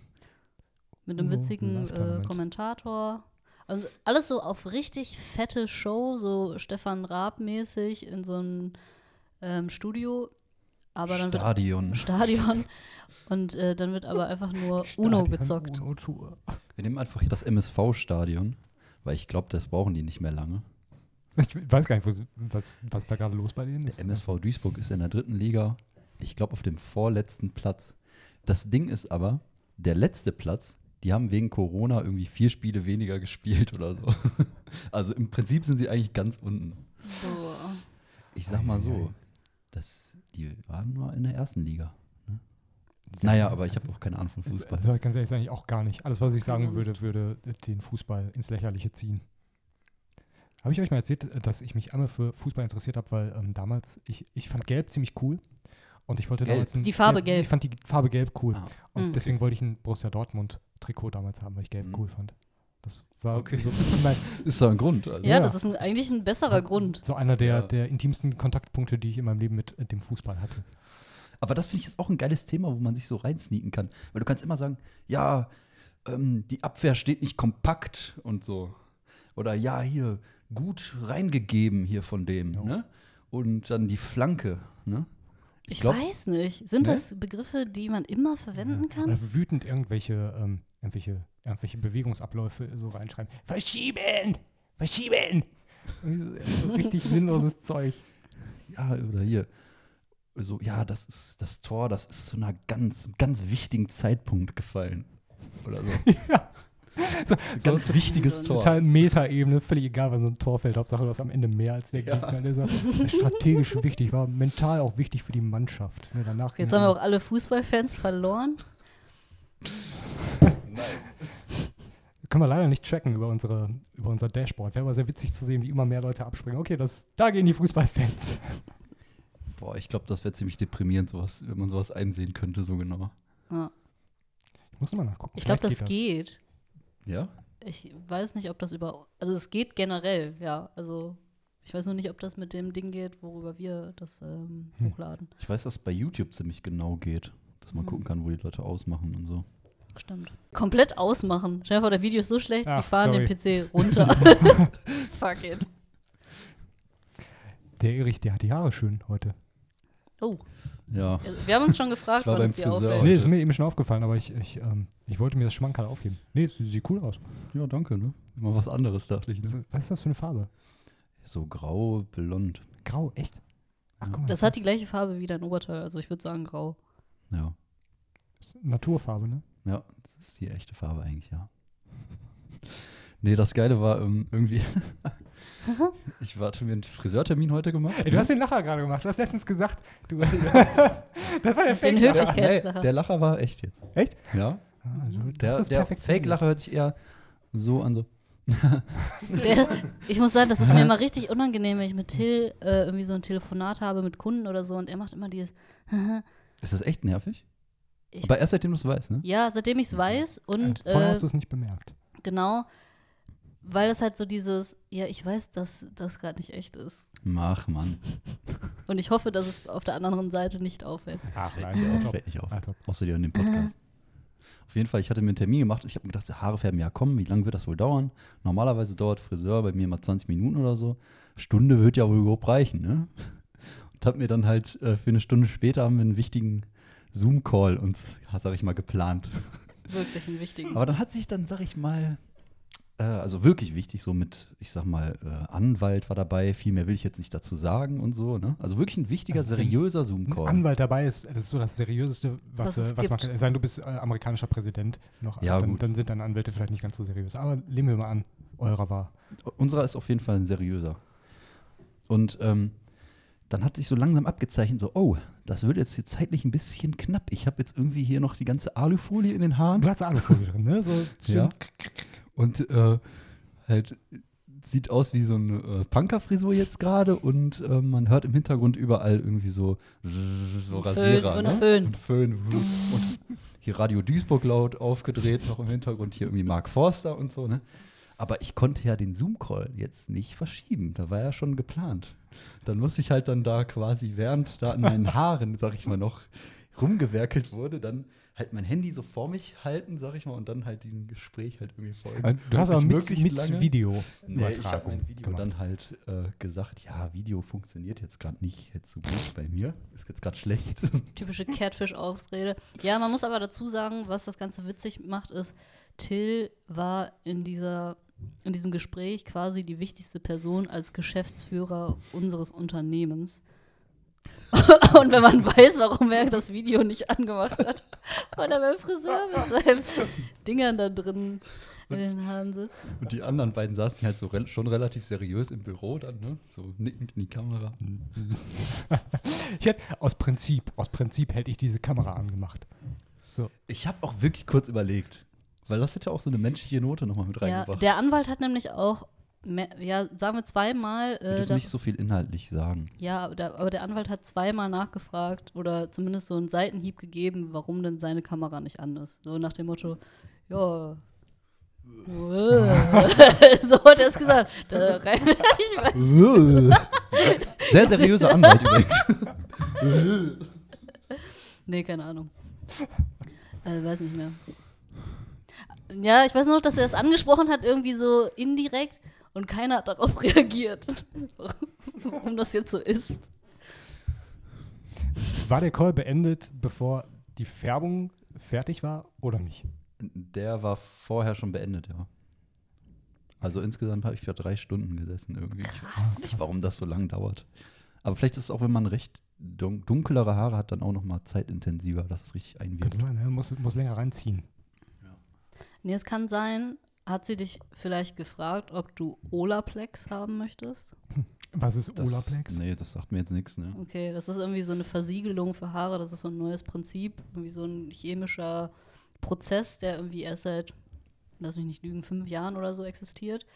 A: Mit einem
C: UNO,
A: witzigen äh,
C: Live-Tournament.
A: Kommentator. Also alles so auf richtig fette Show, so Stefan Raab mäßig in so einem ähm, Studio. Aber dann wird
B: Stadion.
A: Stadion. Und äh, dann wird aber einfach nur Uno
C: Stadion
A: gezockt.
C: UNO-Tour.
B: Wir nehmen einfach hier das MSV-Stadion, weil ich glaube, das brauchen die nicht mehr lange.
C: Ich weiß gar nicht, wo, sie- was, was da gerade los bei denen ist.
B: Der MSV Duisburg ist in der dritten Liga, ich glaube, auf dem vorletzten Platz. Das Ding ist aber, der letzte Platz, die haben wegen Corona irgendwie vier Spiele weniger gespielt oder so. Also im Prinzip sind sie eigentlich ganz unten.
A: Boah.
B: Ich sag mal so,
C: Eieiei.
B: das, die waren mal in der ersten Liga. Ne? Naja, aber ich
C: also
B: habe auch keine Ahnung von
C: Fußball.
B: Fußball.
C: Also, ganz ehrlich sagen, ich auch gar nicht. Alles, was ich
A: Kann
C: sagen
A: man
C: würde, würde den Fußball ins Lächerliche ziehen. Habe ich euch mal erzählt, dass ich mich einmal für Fußball interessiert habe, weil ähm, damals, ich, ich fand Gelb ziemlich cool. Und ich wollte
B: Gelb?
C: damals ein,
A: Die Farbe
C: ja,
A: Gelb.
C: Ich fand die Farbe Gelb cool.
B: Ah.
C: Und
A: Mhm.
C: deswegen wollte ich ein Borussia Dortmund-Trikot damals haben, weil ich Gelb
B: Mhm.
C: cool fand. Das war
B: Okay.
C: so, mein,
B: Ist doch ein Grund. Also.
A: Ja,
C: Ja.
A: das ist ein, eigentlich ein besserer Grund.
C: so einer der,
B: Ja.
C: der intimsten Kontaktpunkte, die ich in meinem Leben mit äh, dem Fußball hatte.
B: Aber das finde ich jetzt auch ein geiles Thema, wo man sich so reinsneaken kann. Weil du kannst immer sagen, ja, ähm, die Abwehr steht nicht kompakt und so. Oder ja, hier, gut reingegeben hier von dem.
C: Ja.
B: Ne? Und dann die Flanke. Ne?
A: Ich,
B: glaub-
A: weiß nicht. Sind
B: Ne?
A: das Begriffe, die man immer verwenden kann?
C: Oder Äh, wütend irgendwelche, ähm, irgendwelche, irgendwelche Bewegungsabläufe so reinschreiben. Verschieben! Verschieben! Irgendwie so- so Richtig sinnloses Zeug.
B: Ja, oder hier. So, ja, das ist das Tor, das ist zu einer ganz, ganz wichtigen Zeitpunkt gefallen. Oder so.
C: ja. So, so
B: ganz wichtiges
A: so-
B: Tor.
C: total Meta-Ebene, völlig egal, wann so ein Tor fällt. Hauptsache, du hast am Ende mehr als der
B: Ja.
C: Gegner. Der ist ja strategisch wichtig, war mental auch wichtig für die Mannschaft. Ne, danach
A: Jetzt haben wir auch alle Fußballfans verloren.
C: Können wir leider nicht tracken über, unsere, über unser Dashboard. Wäre aber sehr witzig zu sehen, wie immer mehr Leute abspringen. Okay, das, da gehen die Fußballfans.
B: Boah, ich glaube, das wäre ziemlich deprimierend, sowas, wenn man sowas einsehen könnte, so genau.
A: Ja.
C: Ich muss nochmal nachgucken.
A: Ich glaube, das
C: Vielleicht
A: geht.
B: Ja?
A: Ich weiß nicht, ob das über. Also, es geht generell, ja. Also, ich weiß nur nicht, ob das mit dem Ding geht, worüber wir das ähm,
C: Hm.
A: hochladen.
B: Ich weiß, dass es bei YouTube ziemlich genau geht, dass man
A: Mhm.
B: gucken kann, wo die Leute ausmachen und so.
A: Stimmt. Komplett ausmachen. Stell dir vor, der Video ist so schlecht,
C: Ach,
A: die fahren den PC runter. Fuck it.
C: Der Erich, der hat die Haare schön heute.
A: Oh,
B: Ja.
A: also wir haben uns schon gefragt,
B: Ich war
A: wann es
B: beim
A: dir
B: Friseur.
A: auffällt.
C: Nee,
B: Heute.
C: ist mir eben schon aufgefallen, aber ich, ich, ähm, ich wollte mir das Schmankerl aufheben. Nee, sie- sieht cool aus.
B: Ja, danke, ne? Immer was anderes, dachte ich.
C: Was
B: Ne?
C: ist- was ist das für eine Farbe?
B: So grau, blond.
C: Grau, echt? Ach, guck mal.
A: Das hat die gleiche Farbe wie dein Oberteil, also ich würde sagen grau.
B: Ja.
C: das ist Naturfarbe, ne?
B: Ja, das ist die echte Farbe eigentlich, ja. Nee, das Geile war ähm, irgendwie. ich hatte mir einen Friseurtermin heute gemacht.
C: Ey, du hast den Lacher gerade gemacht. Du hast letztens gesagt, du. das war der
A: Den
C: Fake.
B: Ach, nee,
A: Höflichkeitslacher.
B: der Lacher war echt jetzt.
C: Echt?
B: Ja.
C: Also, das
B: Der,
C: ist
B: der
C: perfektioniert.
B: Fake-Lacher hört sich eher so an, so.
A: Der, ich muss sagen, das ist mir immer richtig unangenehm, wenn ich mit Till äh, irgendwie so ein Telefonat habe mit Kunden oder so und er macht immer dieses.
B: Ist das echt nervig?
A: Ich-
B: Aber erst seitdem du es weißt, ne?
A: ja, seitdem ich es weiß und
C: Äh, vorher
A: äh,
C: hast du es nicht bemerkt.
A: genau, weil das halt so dieses, ja, ich weiß, dass das gerade nicht echt ist.
B: Mach, Mann.
A: Und ich hoffe, dass es auf der anderen Seite nicht auffällt.
C: Ach
B: Das
C: nein, Also, als ob.
B: fällt nicht auf.
C: Als ob.
B: Außer dir in dem Podcast. Auf jeden Fall, ich hatte mir einen Termin gemacht und ich habe mir gedacht, Haare färben, ja komm, wie lange wird das wohl dauern? Normalerweise dauert Friseur bei mir mal 20 Minuten oder so. Stunde wird ja wohl grob reichen, ne? Und habe mir dann halt äh, für eine Stunde später haben wir einen wichtigen Zoom-Call uns, sag ich mal, geplant.
A: Wirklich ein wichtigen.
B: Aber dann hat sich dann, sag ich mal, äh, also wirklich wichtig, so mit, ich sag mal, äh, Anwalt war dabei, viel mehr will ich jetzt nicht dazu sagen und so, ne? Also wirklich ein wichtiger,
C: Also, wenn-
B: seriöser
C: Ein
B: Zoom-Call.
C: Anwalt dabei ist, das ist so das Seriöseste, was,
A: Was es
C: äh, was man
A: gibt.
C: kann. Sein, du bist äh, amerikanischer Präsident. Noch,
B: Ja,
C: dann,
B: gut.
C: dann sind deine Anwälte vielleicht nicht ganz so seriös. Aber nehmen wir mal an, eurer war.
B: Unserer ist auf jeden Fall ein seriöser. Und ähm, dann hat sich so langsam abgezeichnet, so, oh, das wird jetzt hier zeitlich ein bisschen knapp. Ich habe jetzt irgendwie hier noch die ganze Alufolie in den Haaren.
C: Du hast Alufolie drin, ne? So schön
B: Ja. Und äh, halt sieht aus wie so eine äh, Punkerfrisur jetzt gerade und äh, man hört im Hintergrund überall irgendwie so, so Rasierer.
A: und
B: ne?
A: Föhn.
B: Und Föhn. Und hier Radio Duisburg laut aufgedreht, noch im Hintergrund hier irgendwie Mark Forster und so, ne? Aber ich konnte ja den Zoom-Call jetzt nicht verschieben. Da war ja schon geplant. Dann muss ich halt dann da quasi, während da an meinen Haaren, sag ich mal, noch rumgewerkelt wurde, dann halt mein Handy so vor mich halten, sag ich mal, und dann halt diesem Gespräch halt irgendwie folgen.
C: Äh, Du hast aber mit,
B: Möglichst
C: mit
B: lange-
C: Video
B: Nee, ich habe mein Video
C: gemacht.
B: dann halt äh, gesagt, ja, Video funktioniert jetzt gerade nicht, jetzt so gut bei mir. Ist jetzt gerade schlecht.
A: typische Catfish-Ausrede. Ja, man muss aber dazu sagen, was das Ganze witzig macht, ist, Till war in dieser in diesem Gespräch quasi die wichtigste Person als Geschäftsführer unseres Unternehmens. Und wenn man weiß, warum er das Video nicht angemacht hat, weil er beim Friseur mit seinen Dingern da drin in den Haaren sitzt.
B: Und die anderen beiden saßen halt so rel schon relativ seriös im Büro dann, ne? So nickend in die Kamera.
C: Ich hätte, aus Prinzip, aus Prinzip hätte ich diese Kamera
B: Mhm.
C: angemacht.
B: Ich habe auch wirklich kurz überlegt, weil das hätte auch so eine menschliche Note nochmal mit
A: Ja,
B: reingebracht.
A: der Anwalt hat nämlich auch, me- ja, sagen wir zweimal,
B: Wir
A: äh,
B: dürfen
A: da-
B: nicht so viel inhaltlich sagen.
A: Ja, aber der, aber der Anwalt hat zweimal nachgefragt oder zumindest so einen Seitenhieb gegeben, warum denn seine Kamera nicht an ist. So nach dem Motto, ja. äh. so hat er es gesagt. Da rein, ich weiß.
B: Sehr seriöser Anwalt übrigens.
A: Nee, keine Ahnung. Äh, weiß nicht mehr. Ja, ich weiß nur noch, dass er es angesprochen hat, irgendwie so indirekt. Und keiner hat darauf reagiert, warum das jetzt so ist.
C: War der Call beendet, bevor die Färbung fertig war oder nicht?
B: Der war vorher schon beendet, ja. Also insgesamt habe ich für drei Stunden gesessen irgendwie. Ich weiß nicht, warum das so lang dauert. Aber vielleicht ist es auch, wenn man recht dun dunklere Haare hat, dann auch noch mal zeitintensiver, dass es richtig
C: Könnte
B: einwirkt.
C: sein, ne? muss, muss länger reinziehen.
A: Nee, es kann sein, hat sie dich vielleicht gefragt, ob du Olaplex haben möchtest?
C: Was ist
B: Das- ne
C: Olaplex?
B: Nee, das sagt mir jetzt nichts, ne?
A: Okay, das ist irgendwie so eine Versiegelung für Haare, das ist so ein neues Prinzip, irgendwie so ein chemischer Prozess, der irgendwie erst seit, lass mich nicht lügen, fünf Jahren oder so existiert.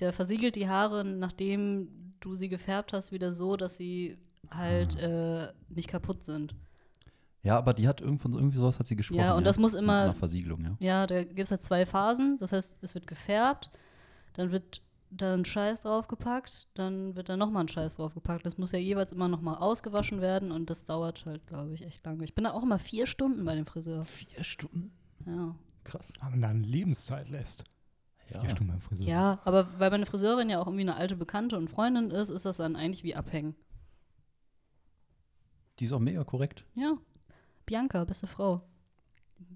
A: Der versiegelt die Haare, nachdem du sie gefärbt hast, wieder so, dass sie halt äh, nicht kaputt sind.
B: Ja, aber die hat irgend von so- irgendwie sowas hat sie gesprochen.
A: Ja, und das muss
B: Nach
A: immer-
B: so einer Versiegelung, ja.
A: Ja, da gibt es halt zwei Phasen. Das heißt, es wird gefärbt, dann wird da ein Scheiß draufgepackt, dann wird da nochmal ein Scheiß draufgepackt. Das muss ja jeweils immer nochmal ausgewaschen werden und das dauert halt, glaube ich, echt lange. Ich bin da auch immer vier Stunden bei dem Friseur.
B: Vier Stunden?
A: Ja.
B: Krass.
C: Haben dann Lebenszeit lässt.
B: Ja.
C: Vier Stunden beim Friseur.
A: ja, aber weil meine Friseurin ja auch irgendwie eine alte Bekannte und Freundin ist, ist das dann eigentlich wie abhängen.
B: Die ist auch mega korrekt.
A: Ja. Bianca, beste Frau.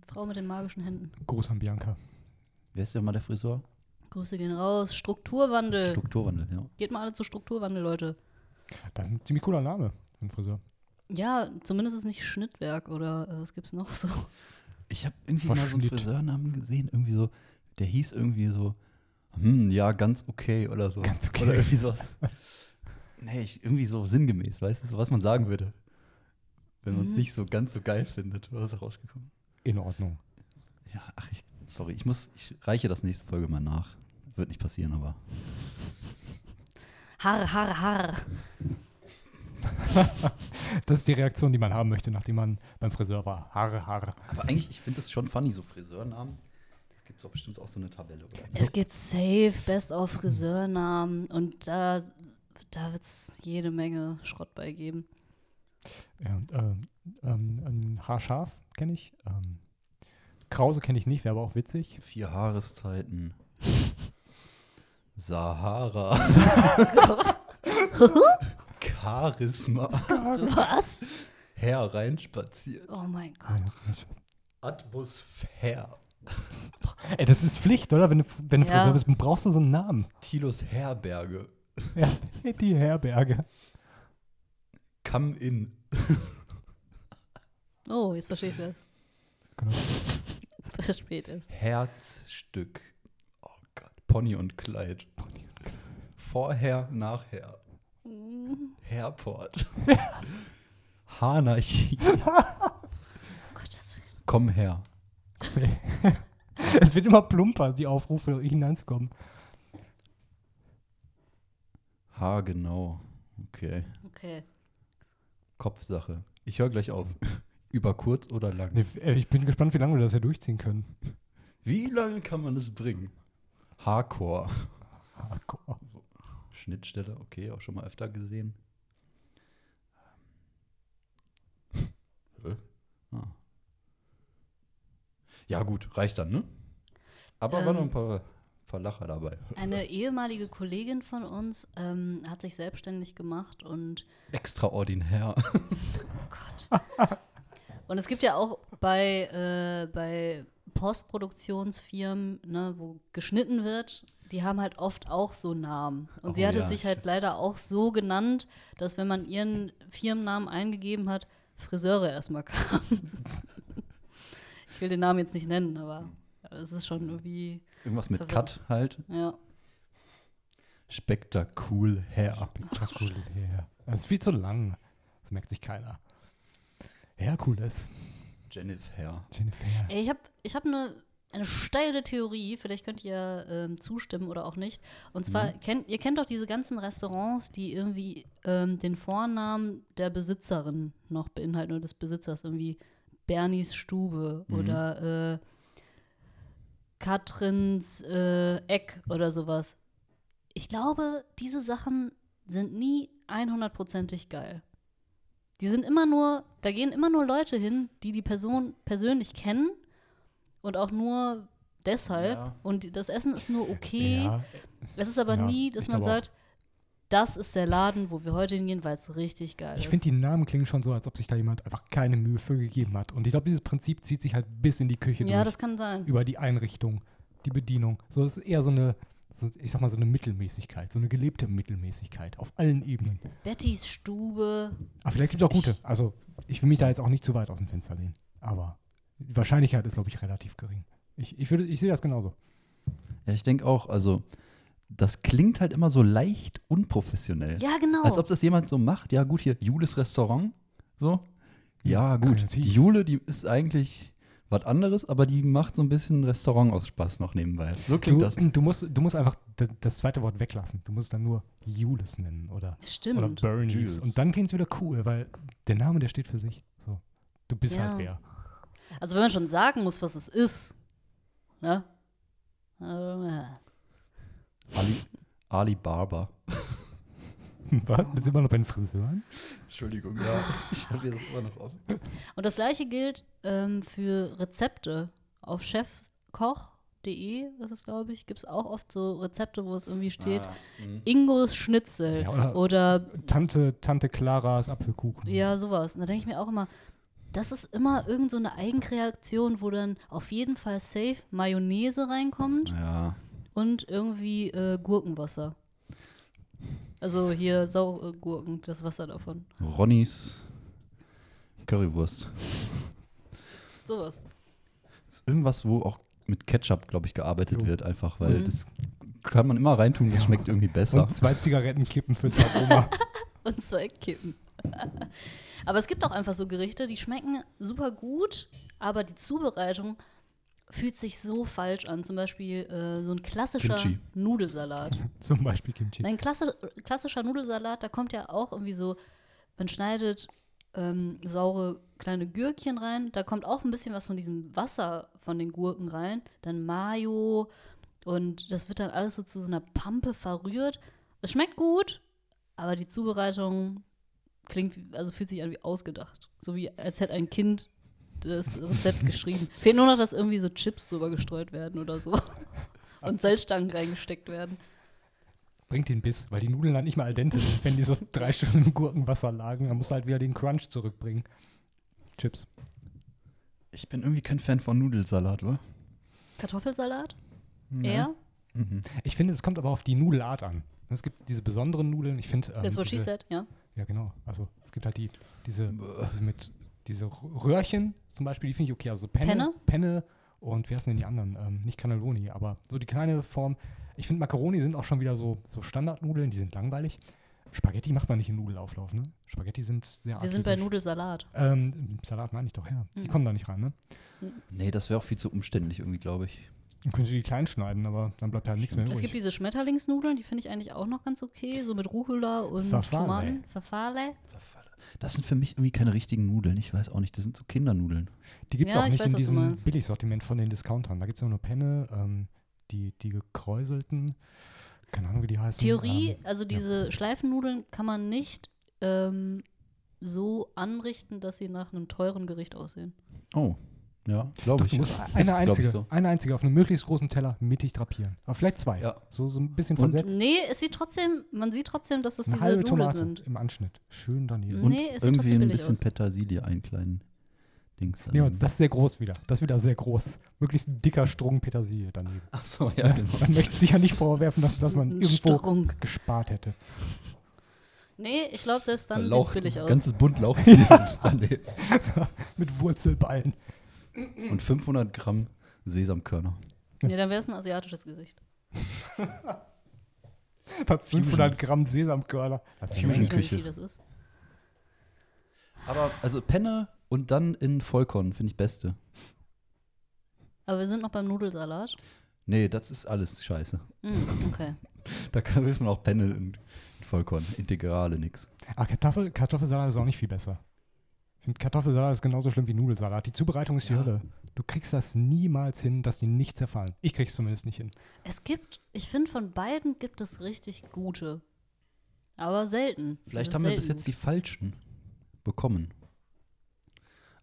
A: Frau mit den magischen Händen.
C: Gruß an Bianca.
B: Wer ist denn mal der Friseur?
A: Grüße gehen raus. Strukturwandel.
B: Strukturwandel, ja.
A: Geht mal alle zu Strukturwandel, Leute.
C: Das ist ein ziemlich cooler Name für einen Friseur.
A: Ja, zumindest ist nicht Schnittwerk oder äh, was gibt's noch so?
B: Ich habe irgendwie mal so einen
C: Verschnitt.
B: Friseurnamen gesehen, irgendwie so, der hieß irgendwie so, hm, ja, ganz okay oder so.
C: Ganz okay.
B: Oder irgendwie sowas. nee, ich, irgendwie so sinngemäß, weißt du, so was man sagen würde. Wenn man es
A: Mhm.
B: nicht so ganz so geil findet. Was ist da rausgekommen?
C: In Ordnung.
B: Ja, ach, ich, sorry, ich muss, ich reiche das nächste Folge mal nach. Wird nicht passieren, aber.
A: Har, har, har.
C: Das ist die Reaktion, die man haben möchte, nachdem man beim Friseur war. Haare, Haare.
B: Aber eigentlich, ich finde das schon funny, so Friseurnamen. Es gibt doch bestimmt auch so eine Tabelle, oder?
A: Es gibt Safe, Best of Friseurnamen und da, da wird es jede Menge Schrott bei geben.
C: Ja, ähm, ähm, ähm, Haarscharf kenne ich. Ähm, Krause kenne ich nicht, wäre aber auch witzig.
B: Vier Haareszeiten. Sahara. Charisma.
A: Was?
B: Herr reinspaziert.
A: Oh mein
C: Ah,
A: Gott.
C: Ey,
B: Atmosphäre.
C: das ist Pflicht, oder? Wenn du, wenn du
A: Ja.
C: Friseur bist, brauchst du so einen Namen.
B: Tilos Herberge.
C: Ja, die Herberge.
B: Come in.
A: Oh, jetzt verstehe ich es,
C: Genau.
A: dass es spät ist.
B: Herzstück. Oh Gott. Pony und Kleid. Vorher, nachher.
A: Mm,
B: Herport. Hanarchie.
A: Oh Gottes Willen.
B: Komm her.
C: es wird immer plumper, die Aufrufe hineinzukommen.
B: Ha, genau. Okay.
A: Okay.
B: Kopfsache. Ich höre gleich auf. Über kurz oder lang.
C: Nee, f- äh, ich bin gespannt, wie lange wir das ja durchziehen können.
B: Wie lange kann man es bringen? Hardcore.
C: Hardcore.
B: Schnittstelle, okay, auch schon mal öfter gesehen. Hä? Ah. Ja, gut, reicht dann, ne? Aber waren noch ein
A: Ähm.
B: paar, paar Lacher dabei.
A: Eine ehemalige Kollegin von uns ähm, hat sich selbstständig gemacht und
B: Extraordinär.
A: Gott. Und es gibt ja auch bei, äh, bei Postproduktionsfirmen, ne, wo geschnitten wird, die haben halt oft auch so Namen. Und sie
B: Oh
A: hatte
B: ja,
A: sich halt leider auch so genannt, dass wenn man ihren Firmennamen eingegeben hat, Friseure erstmal kamen. ich will den Namen jetzt nicht nennen, aber es ist schon irgendwie,
B: Irgendwas mit
A: Verwirrend.
B: Cut halt.
A: ja.
B: Spektakulär.
C: Spektakulär. Das ist viel zu lang. Das merkt sich keiner. Ja, cool ist.
B: Jennifer.
C: Jennifer.
A: Ey, Ich habe ich hab eine, eine steile Theorie, vielleicht könnt ihr ähm, zustimmen oder auch nicht. Und zwar, kennt, ihr kennt doch diese ganzen Restaurants, die irgendwie ähm, den Vornamen der Besitzerin noch beinhalten oder des Besitzers, irgendwie Bernies Stube
B: Mhm.
A: oder äh, Katrins äh, Eck oder sowas. Ich glaube, diese Sachen sind nie 100%ig geil. Die sind immer nur, da gehen immer nur Leute hin, die die Person persönlich kennen und auch nur deshalb.
D: Ja.
A: Und das Essen ist nur okay.
C: Ja,
A: Es ist aber
C: Ja,
A: nie, dass
C: ich
A: man
C: glaube auch.
A: sagt, das ist der Laden, wo wir heute hingehen, weil es richtig geil
C: ich
A: ist.
C: finde, die Namen klingen schon so, als ob sich da jemand einfach keine Mühe für gegeben hat. Und ich glaube, dieses Prinzip zieht sich halt bis in die Küche
A: ja,
C: durch.
A: das kann sein.
C: Über die Einrichtung, die Bedienung. So es ist eher so eine, so, ich sag mal, so eine Mittelmäßigkeit, so eine gelebte Mittelmäßigkeit auf allen Ebenen.
A: Bettys Stube.
C: Aber vielleicht gibt es auch gute. Also, ich will mich da jetzt auch nicht zu weit aus dem Fenster lehnen. Aber die Wahrscheinlichkeit ist, glaube ich, relativ gering. Ich, ich, würde, ich sehe das genauso.
B: Ja, ich denke auch, also das klingt halt immer so leicht unprofessionell.
A: Ja, genau.
B: Als ob das jemand so macht. Ja, gut, hier Jules Restaurant. So. Ja, gut.
C: kreativ.
B: Die Jule, die ist eigentlich was anderes, aber die macht so ein bisschen Restaurant aus Spaß noch nebenbei. So
C: Du,
B: klingt das.
C: du, musst, du musst einfach d- das zweite Wort weglassen. Du musst dann nur Jules nennen oder, oder
A: Stimmt.
C: Bernies.
B: Jules.
C: Und dann klingt es wieder cool, weil der Name, der steht für sich. So. Du bist
A: Ja.
C: halt wer.
A: Also wenn man schon sagen muss, was es ist. Ne? Also, ja.
B: Ali, Ali Barber.
C: Was? Bist du immer noch bei den Friseuren?
B: Entschuldigung, ja. Ich habe hier das immer noch offen.
A: Und das gleiche gilt ähm, für Rezepte. Auf chefkoch.de ist es, glaube ich, gibt es auch oft so Rezepte, wo es irgendwie steht,
B: Ah, hm.
A: Ingos Schnitzel
C: Ah. Ja, oder-
A: oder
C: Tante, Tante Claras Apfelkuchen.
A: Ja, sowas. Und da denke ich mir auch immer, das ist immer irgend so eine Eigenkreation, wo dann auf jeden Fall safe Mayonnaise reinkommt
B: Ja.
A: und irgendwie äh, Gurkenwasser. Also hier Saugurken, das Wasser davon.
B: Ronnys Currywurst.
A: Sowas.
B: Ist irgendwas, wo auch mit Ketchup, glaube ich, gearbeitet
C: Jo.
B: wird, einfach, weil
A: Mhm.
B: das kann man immer reintun, das schmeckt irgendwie besser.
C: Und zwei Zigarettenkippen fürs Aroma.
A: Und zwei Kippen. aber es gibt auch einfach so Gerichte, die schmecken super gut, aber die Zubereitung fühlt sich so falsch an. Zum Beispiel äh, so ein klassischer
B: Kimchi.
A: Nudelsalat.
C: Zum Beispiel Kimchi.
A: Ein klassi klassischer Nudelsalat, da kommt ja auch irgendwie so, man schneidet ähm, saure kleine Gürkchen rein, da kommt auch ein bisschen was von diesem Wasser von den Gurken rein, dann Mayo und das wird dann alles so zu so einer Pampe verrührt. Es schmeckt gut, aber die Zubereitung klingt, wie- also fühlt sich an wie ausgedacht. So wie als hätte ein Kind das Rezept geschrieben. Fehlt nur noch, dass irgendwie so Chips drüber gestreut werden oder so. Und Salzstangen reingesteckt werden.
C: Bringt den Biss, weil die Nudeln halt nicht mehr al dente sind. Wenn die so drei Stunden im Gurkenwasser lagen, dann musst du halt wieder den Crunch zurückbringen. Chips.
B: Ich bin irgendwie kein Fan von Nudelsalat, oder?
A: Kartoffelsalat?
C: Ne?
B: Ja.
A: Er?
B: Mhm.
C: Ich finde, es kommt aber auf die Nudelart an. Es gibt diese besonderen Nudeln. Ich finde. Ähm,
A: That's what she
C: diese-
A: said, ja.
C: Ja, genau. Also es gibt halt die, diese, diese mit diese Röhrchen zum Beispiel, die finde ich okay. Also Penne,
A: Penne?
C: Penne, und wie heißen denn die anderen? Ähm, nicht Cannelloni, aber so die kleine Form. Ich finde, Macaroni sind auch schon wieder so, so Standardnudeln, die sind langweilig. Spaghetti macht man nicht in Nudelauflauf, ne? Spaghetti sind sehr
A: Wir sind bei
C: atypisch.
A: Nudelsalat.
C: Ähm, Salat meine ich doch, ja. Die
A: Mhm.
C: kommen da nicht rein, ne?
B: Nee, das wäre auch viel zu umständlich irgendwie, glaube ich.
C: Dann könnt ihr die klein schneiden, aber dann bleibt ja nichts mehr
A: Es gibt
C: übrig.
A: diese Schmetterlingsnudeln, die finde ich eigentlich auch noch ganz okay, so mit Rucola und
C: Farfalle.
A: Tomaten. Verfahle.
B: Das sind für mich irgendwie keine richtigen Nudeln. Ich weiß auch nicht, das sind so Kindernudeln.
C: Die gibt es
A: Ja,
C: auch
A: ich
C: nicht
A: weiß,
C: in
A: was du
C: diesem
A: meinst.
C: Billigsortiment von den Discountern. Da gibt es nur Penne, ähm, die, die gekräuselten, keine Ahnung, wie die heißen.
A: Theorie,
C: Ähm,
A: also diese Schleifennudeln kann man nicht ähm, so anrichten, dass sie nach einem teuren Gericht aussehen.
B: Oh, ja, glaube
C: Doch,
B: ich.
C: du musst
B: Ist,
C: eine
B: glaub ich,
C: einzige,
B: so.
C: eine einzige auf einem möglichst großen Teller mittig drapieren. Aber vielleicht zwei.
B: Ja.
C: So, so ein bisschen
B: Und
C: versetzt.
A: Nee, es sieht trotzdem, man sieht trotzdem, dass das
C: Eine
A: diese
C: halbe
A: Nudeln
C: Tomate
A: sind.
C: im Anschnitt. Schön daneben.
B: Und
A: Nee, es sieht
B: irgendwie
A: trotzdem
B: ein
A: billig
B: bisschen
A: aus.
B: Petersilie, einen kleinen Dings.
C: Nee, aber
B: daneben.
C: das ist sehr groß wieder. Das ist wieder sehr groß. Möglichst ein dicker Strung Petersilie daneben.
B: Ach so, ja, genau.
C: Man möchte sich ja nicht vorwerfen lassen, dass man
A: Ein
C: irgendwo
A: Strunk.
C: gespart hätte.
A: Nee, ich glaube, selbst dann sieht
B: Lauch-
A: es billig aus.
B: ganzes Bund Lauchzwiebeln daneben.
C: Mit Wurzelballen.
B: Und 500 Gramm Sesamkörner.
A: Nee, dann wäre es ein asiatisches Gesicht.
C: Bei 500 Gramm Sesamkörner. Das ist
A: Ich weiß
B: Fusion
A: nicht, wie
B: Küche.
A: viel das ist.
B: Aber also Penne und dann in Vollkorn finde ich beste.
A: Aber wir sind noch beim Nudelsalat.
B: Nee, das ist alles scheiße.
A: Mm, okay.
B: Da kann hilft man auch Penne in, in Vollkorn. Integrale nix.
C: Ah, Kartoffel, Kartoffelsalat ist auch nicht viel besser. Ich finde, Kartoffelsalat ist genauso schlimm wie Nudelsalat. Die Zubereitung ist die
B: Ja.
C: Hölle. Du kriegst das niemals hin, dass die nicht zerfallen. Ich krieg's zumindest nicht hin.
A: Es gibt, ich finde, von beiden gibt es richtig gute. Aber selten.
B: Vielleicht haben wir bis jetzt die falschen bekommen.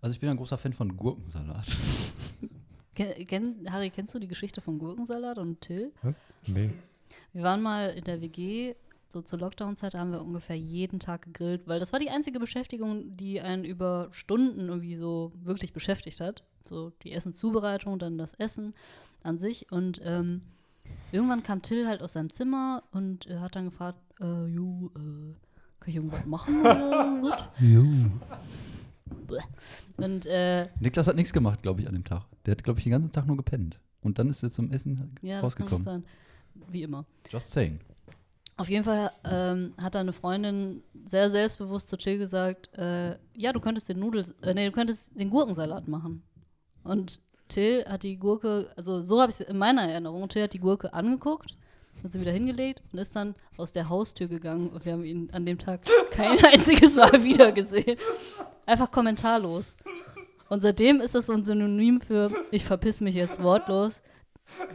B: Also ich bin ein großer Fan von Gurkensalat.
A: Ken, kenn- Harry, kennst du die Geschichte von Gurkensalat und Till?
C: Was? Nee.
A: Wir waren mal in der WG, so zur Lockdown-Zeit da haben wir ungefähr jeden Tag gegrillt, weil das war die einzige Beschäftigung, die einen über Stunden irgendwie so wirklich beschäftigt hat. So die Essenszubereitung, dann das Essen an sich. Und ähm, irgendwann kam Till halt aus seinem Zimmer und äh, hat dann gefragt, äh, jo, äh, kann ich irgendwas machen oder was? Und äh,
B: Niklas hat nichts gemacht, glaube ich, an dem Tag. Der hat, glaube ich, den ganzen Tag nur gepennt. Und dann ist er zum Essen
A: ja, das kann schon
B: rausgekommen.
A: sein. Wie immer.
B: Just saying.
A: Auf jeden Fall ähm, hat da eine Freundin sehr selbstbewusst zu Till gesagt, äh, ja, du könntest den Nudel, äh, nee, du könntest den Gurkensalat machen. Und Till hat die Gurke, also so habe ich es in meiner Erinnerung, Till hat die Gurke angeguckt, hat sie wieder hingelegt und ist dann aus der Haustür gegangen und wir haben ihn an dem Tag kein einziges Mal wieder gesehen. Einfach kommentarlos. Und seitdem ist das so ein Synonym für, ich verpiss mich jetzt wortlos,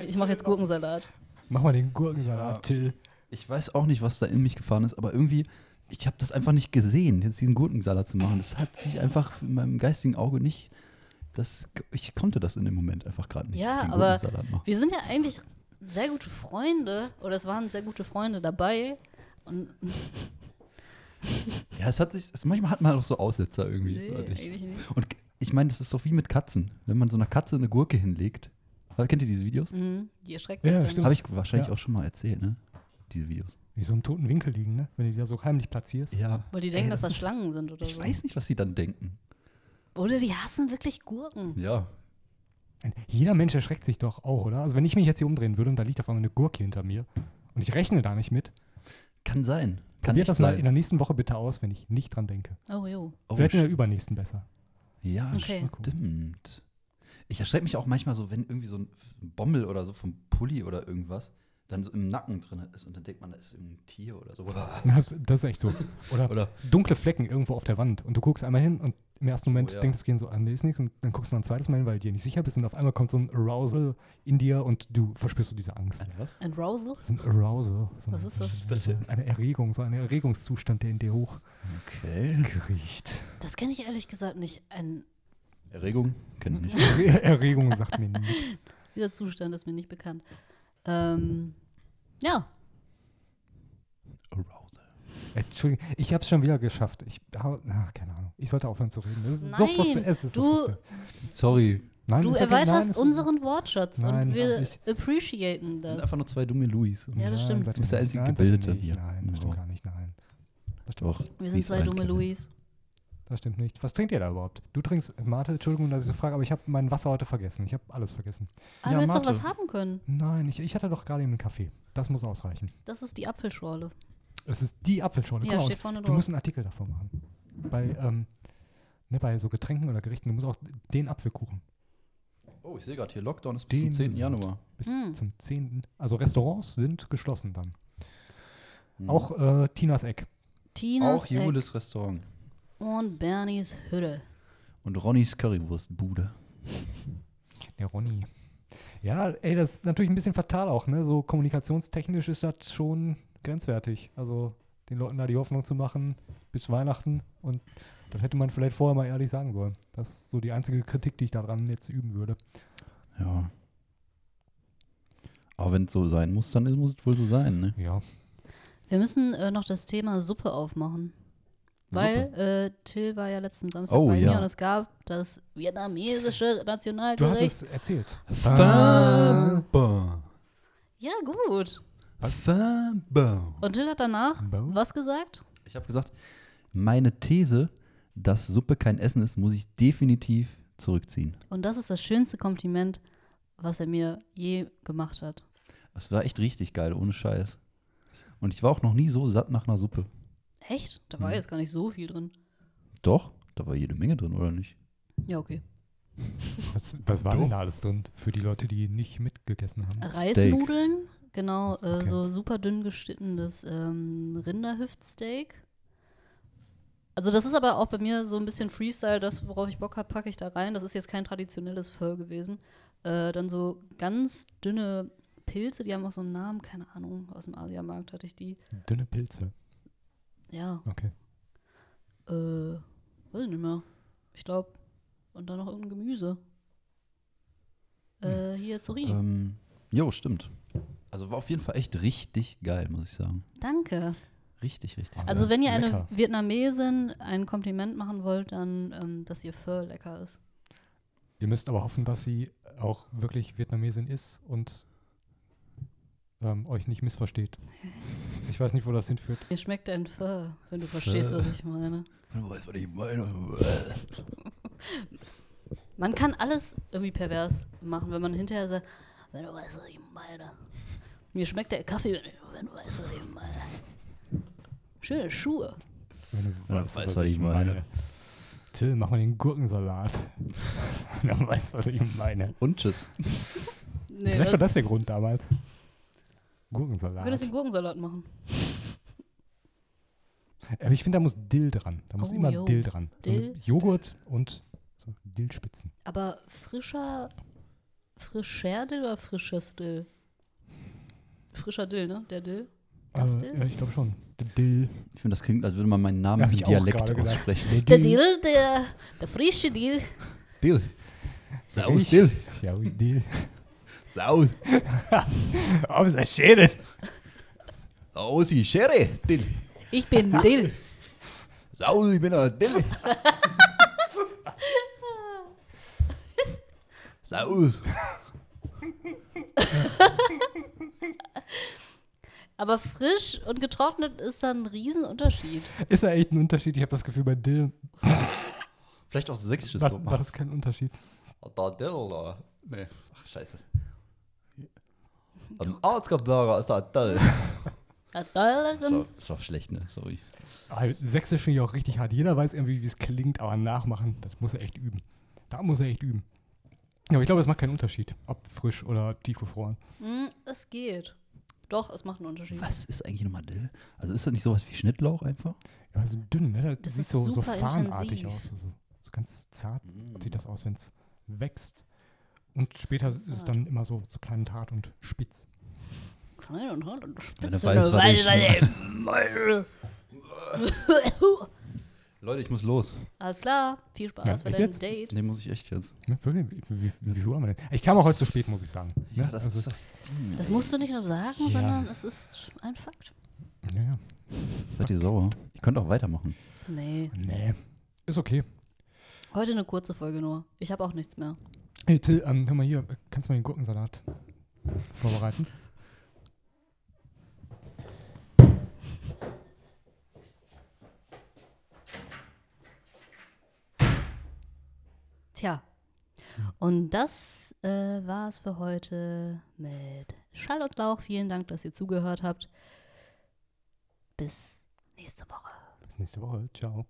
A: ich mache jetzt Gurkensalat.
C: Mach mal den Gurkensalat,
B: Ja.
C: Till.
B: Ich weiß auch nicht, was da in mich gefahren ist, aber irgendwie, ich habe das einfach nicht gesehen, jetzt diesen Gurkensalat zu machen. Das hat sich einfach in meinem geistigen Auge nicht. Das, ich konnte das in dem Moment einfach gerade nicht.
A: Ja,
B: den
A: aber
B: Gurkensalat machen.
A: Wir sind ja eigentlich sehr gute Freunde, oder es waren sehr gute Freunde dabei. Und
B: Ja, es hat sich. Es, manchmal hat man auch so Aussetzer irgendwie.
A: nee,
B: oder nicht?
A: eigentlich nicht.
B: Und ich meine, das ist doch wie mit Katzen. Wenn man so einer Katze eine Gurke hinlegt. Kennt ihr diese Videos?
A: Mhm, die erschreckt
C: Ja,
A: mich dann.
C: stimmt.
B: Habe ich wahrscheinlich
C: Ja.
B: auch schon mal erzählt, ne? Diese Videos.
C: Wie so im toten Winkel liegen, ne? Wenn du die da so heimlich platzierst.
B: Ja.
A: Weil die denken,
B: Ey,
A: dass das
B: das ist-
A: Schlangen sind oder
B: Ich
A: so.
B: weiß nicht, was sie dann denken.
A: Oder die hassen wirklich Gurken.
B: Ja.
C: Jeder Mensch erschreckt sich doch auch, oder? Also wenn ich mich jetzt hier umdrehen würde und da liegt auf einmal eine Gurke hinter mir und ich rechne da nicht mit,
B: Kann sein. Kann
C: probiert
B: nicht
C: das mal
B: sein.
C: in der nächsten Woche bitte aus, wenn ich nicht dran denke.
A: Oh jo.
B: Oh,
C: Vielleicht in der übernächsten besser.
B: Ja,
A: Okay.
B: stimmt. Ich erschrecke mich auch manchmal so, wenn irgendwie so ein Bommel oder so vom Pulli oder irgendwas dann so im Nacken drin ist und dann denkt man, da ist irgendein Tier oder so.
C: Das, das ist echt so. Oder,
B: Oder-
C: dunkle Flecken irgendwo auf der Wand und du guckst einmal hin und im ersten Moment
B: Oh, ja.
C: denkt es gehen so an, nee, ist nichts und dann guckst du noch ein zweites Mal hin, weil du dir nicht sicher bist und auf einmal kommt so ein Arousal in dir und du verspürst so diese Angst.
B: Was?
A: Ein Rousel?
C: So ein Arousal. So
A: Was ist das? Was
B: ist das
C: so Eine Erregung, so ein Erregungszustand, der in dir
B: Okay.
C: hochkriecht.
A: Das kenne ich ehrlich gesagt nicht. Ein,
B: Erregung? Können nicht.
C: Erregung sagt mir nichts.
A: dieser Zustand ist mir nicht bekannt. Ähm, ja,
B: Arousal.
C: Entschuldigung, ich habe es schon wieder geschafft. Ich habe, ach, keine Ahnung. Ich sollte aufhören zu reden. Das ist so
A: Nein,
C: frustrierend. Es ist so
A: du-
C: frustrierend.
B: Sorry.
C: Nein,
A: du
C: ist okay. Nein,
A: erweiterst
C: ist okay.
A: unseren Wortschatz
C: Nein,
A: und wir
C: nicht.
A: appreciaten
B: Das sind
A: das.
B: einfach nur zwei dumme Louis.
A: Ja, das stimmt.
C: seid
B: Du bist
C: ihr
B: der
C: nicht.
B: einzige
C: Nein, seid ihr
B: Gebildete
C: nicht.
B: hier. Oh.
C: Nein, das stimmt
B: Wow.
C: gar nicht. Nein. Das stimmt,
B: Doch.
A: Wir
B: sie
A: sind
B: ist
A: zwei
B: ein
A: dumme
B: Kerl.
A: Louis.
C: das stimmt nicht. Was trinkt ihr da überhaupt? Du trinkst, Marte, Entschuldigung, dass ich so frage, aber ich habe mein Wasser heute vergessen. Ich habe alles vergessen.
A: Ah,
C: Ja,
A: du hättest doch
C: Mate.
A: was haben können.
C: Nein, ich, ich hatte doch gerade eben einen Kaffee. Das muss ausreichen.
A: Das ist die Apfelschorle.
C: Es ist die Apfelschorle.
A: Ja,
C: Guck mal,
A: steht vorne
C: Du
A: drauf.
C: musst einen Artikel davon machen. Bei, ähm, ne, bei so Getränken oder Gerichten, du musst auch den Apfelkuchen
B: Oh, ich sehe gerade hier, Lockdown ist bis zum
C: Den
B: 10.
C: sind-
B: Januar.
C: bis
A: Hm.
C: zum 10. Also Restaurants sind geschlossen dann.
A: Hm.
B: Mhm.
C: Auch äh, Tinas Eck.
A: Tinas
B: Auch
A: Eck
B: Jules Restaurant.
A: und Bernies Hütte.
B: Und Ronnys Currywurstbude.
C: Der Ronny. Ja, ey, das ist natürlich ein bisschen fatal auch, ne? So kommunikationstechnisch ist das schon grenzwertig. Also den Leuten da die Hoffnung zu machen bis Weihnachten und das hätte man vielleicht vorher mal ehrlich sagen sollen. Das ist so die einzige Kritik, die ich daran jetzt üben würde.
B: Ja. Aber wenn es so sein muss, dann muss es wohl so sein, ne?
C: Ja.
A: Wir müssen äh, noch das Thema Suppe aufmachen. Weil äh, Till war ja letzten Samstag
B: Oh,
A: bei
B: ja.
A: mir und es gab das vietnamesische
C: Du hast
A: Nationalgericht.
C: es erzählt.
B: Famba.
A: Ja, gut.
B: Famba.
A: Und Till hat danach
C: Bo?
A: was gesagt?
B: Ich habe gesagt, meine These, dass Suppe kein Essen ist, muss ich definitiv zurückziehen.
A: Und das ist das schönste Kompliment, was er mir je gemacht hat.
B: Das war echt richtig geil, ohne Scheiß. Und ich war auch noch nie so satt nach einer Suppe.
A: Echt? Da
C: Hm.
A: war
B: Mhm.
A: jetzt gar nicht so viel drin.
B: Doch, da war jede Menge drin, oder nicht?
A: Ja, okay.
C: Was, was war denn da alles drin für die Leute, die nicht mitgegessen haben?
A: Reisnudeln, genau, äh,
C: Okay.
A: so super dünn geschnittenes ähm, Rinderhüftsteak. Also das ist aber auch bei mir so ein bisschen Freestyle, das, worauf ich Bock habe, packe ich da rein. Das ist jetzt kein traditionelles Föhr gewesen. Äh, dann so ganz dünne Pilze, die haben auch so einen Namen, keine Ahnung, aus dem Asiamarkt hatte ich die.
C: Dünne Pilze.
A: Ja,
C: Okay.
A: äh, weiß ich nicht mehr. Ich glaube, und dann noch irgendein Gemüse. äh, hier Zorini.
B: Ähm, jo, stimmt. Also war auf jeden Fall echt richtig geil, muss ich sagen.
A: Danke.
B: Richtig, richtig.
C: Also-
A: Also wenn ihr
C: lecker.
A: eine Vietnamesin ein Kompliment machen wollt, dann, ähm, dass ihr Pho lecker ist.
C: Ihr müsst aber hoffen, dass sie auch wirklich Vietnamesin ist und ähm, euch nicht missversteht. Ich weiß nicht, wo das hinführt.
A: Mir schmeckt ein Pho, wenn du verstehst, was ich meine.
B: Du weißt, was ich meine.
A: Man kann alles irgendwie pervers machen, wenn man hinterher sagt, wenn du weißt, was ich meine. Mir schmeckt der Kaffee, wenn du- wenn du weißt, was ich meine. Schöne Schuhe.
C: Wenn du
B: Ja, weiß, was ich meine.
C: Till, mach mal den Gurkensalat. Dann weiß, was ich meine.
B: Und tschüss.
A: Nee,
C: Vielleicht war
A: das,
C: das der Grund damals.
A: du
C: Gurkensalat.
A: könntest den Gurkensalat machen.
C: Aber ich finde, da muss Dill dran. Da muss
A: Oh,
C: immer
A: jo.
C: Dill dran. So
A: Dill.
C: mit Joghurt und so Dillspitzen.
A: Aber frischer, frischer Dill oder frisches Dill? Frischer Dill, ne? Der Dill? Das
C: Äh,
A: Dill?
C: ja, ich glaube schon. Der Dill.
B: Ich finde, das klingt, als würde man meinen Namen
C: Ja,
B: im
C: hab ich auch gerade
B: Dialekt
C: gedacht.
B: aussprechen.
A: Der Dill, der, der frische Dill.
B: Dill. Saus,
C: Ich-
B: Dill.
C: Ja, aus Dill.
B: Saus.
C: Aus der Schädel.
B: Saus, die Schere. Dill.
A: Ich bin Dill.
B: Saus, ich bin ein Dill. Saus.
A: Aber frisch und getrocknet ist da ein Riesenunterschied.
C: Ist da echt ein Unterschied? Ich habe das Gefühl, bei Dill
B: Vielleicht auch sächsisches
C: da,
B: so
C: da
B: machen.
C: ist kein Unterschied.
B: Da Dill, da. Nee. Ach, scheiße. Am Arztgeburger ist da Dill.
A: Ja, also, Dill ist
B: Das war,
A: ein,
B: das war schlecht, ne? Sorry.
C: Ah, Sächsisch finde ich auch richtig hart. Jeder weiß irgendwie, wie es klingt, aber nachmachen, das muss er echt üben. Da muss er echt üben. Ja, aber ich glaube, es macht keinen Unterschied, ob frisch oder tiefgefroren.
A: Hm, es geht. Doch, es macht einen Unterschied.
B: Was ist eigentlich nochmal Dill? Also ist das nicht sowas wie Schnittlauch einfach?
C: Ja, so dünn, ne? Das,
A: Das
C: sieht
A: ist
C: so, so
A: super
C: fahnenartig
A: intensiv.
C: aus. So, so, so ganz zart
B: Mm.
C: sieht das aus, wenn es wächst. Und später ist es
A: zart.
C: dann immer so, so klein und hart und spitz.
A: Klein und hart und
B: Wenn
A: spitz
B: du
A: und
B: weißt, was ich
A: weiß, was ich meine.
B: Leute, ich muss los.
A: Alles klar, viel Spaß
C: Ja,
A: bei
C: ich
A: deinem
C: jetzt?
A: Date.
B: Nee, muss ich echt jetzt.
C: Ne? Wirklich? Wie, wie, wie viel Uhr haben wir denn? Ich kam auch heute zu spät, muss ich sagen. Ne? Also-
B: das Ding.
A: Das musst du nicht nur sagen,
C: Ja.
A: sondern es ist ein Fakt.
C: Ja, ja.
B: Seid ihr sauer? Ihr könnt auch weitermachen.
A: Nee,
C: Nee. Ist okay.
A: heute eine kurze Folge nur. Ich habe auch nichts mehr.
C: Hey Till, ähm, hör mal hier, kannst du mal den Gurkensalat vorbereiten?
A: Tja, und das äh, war es für heute mit Schall und Lauch. Vielen Dank, dass ihr zugehört habt. Bis nächste Woche.
C: Bis nächste Woche. Ciao.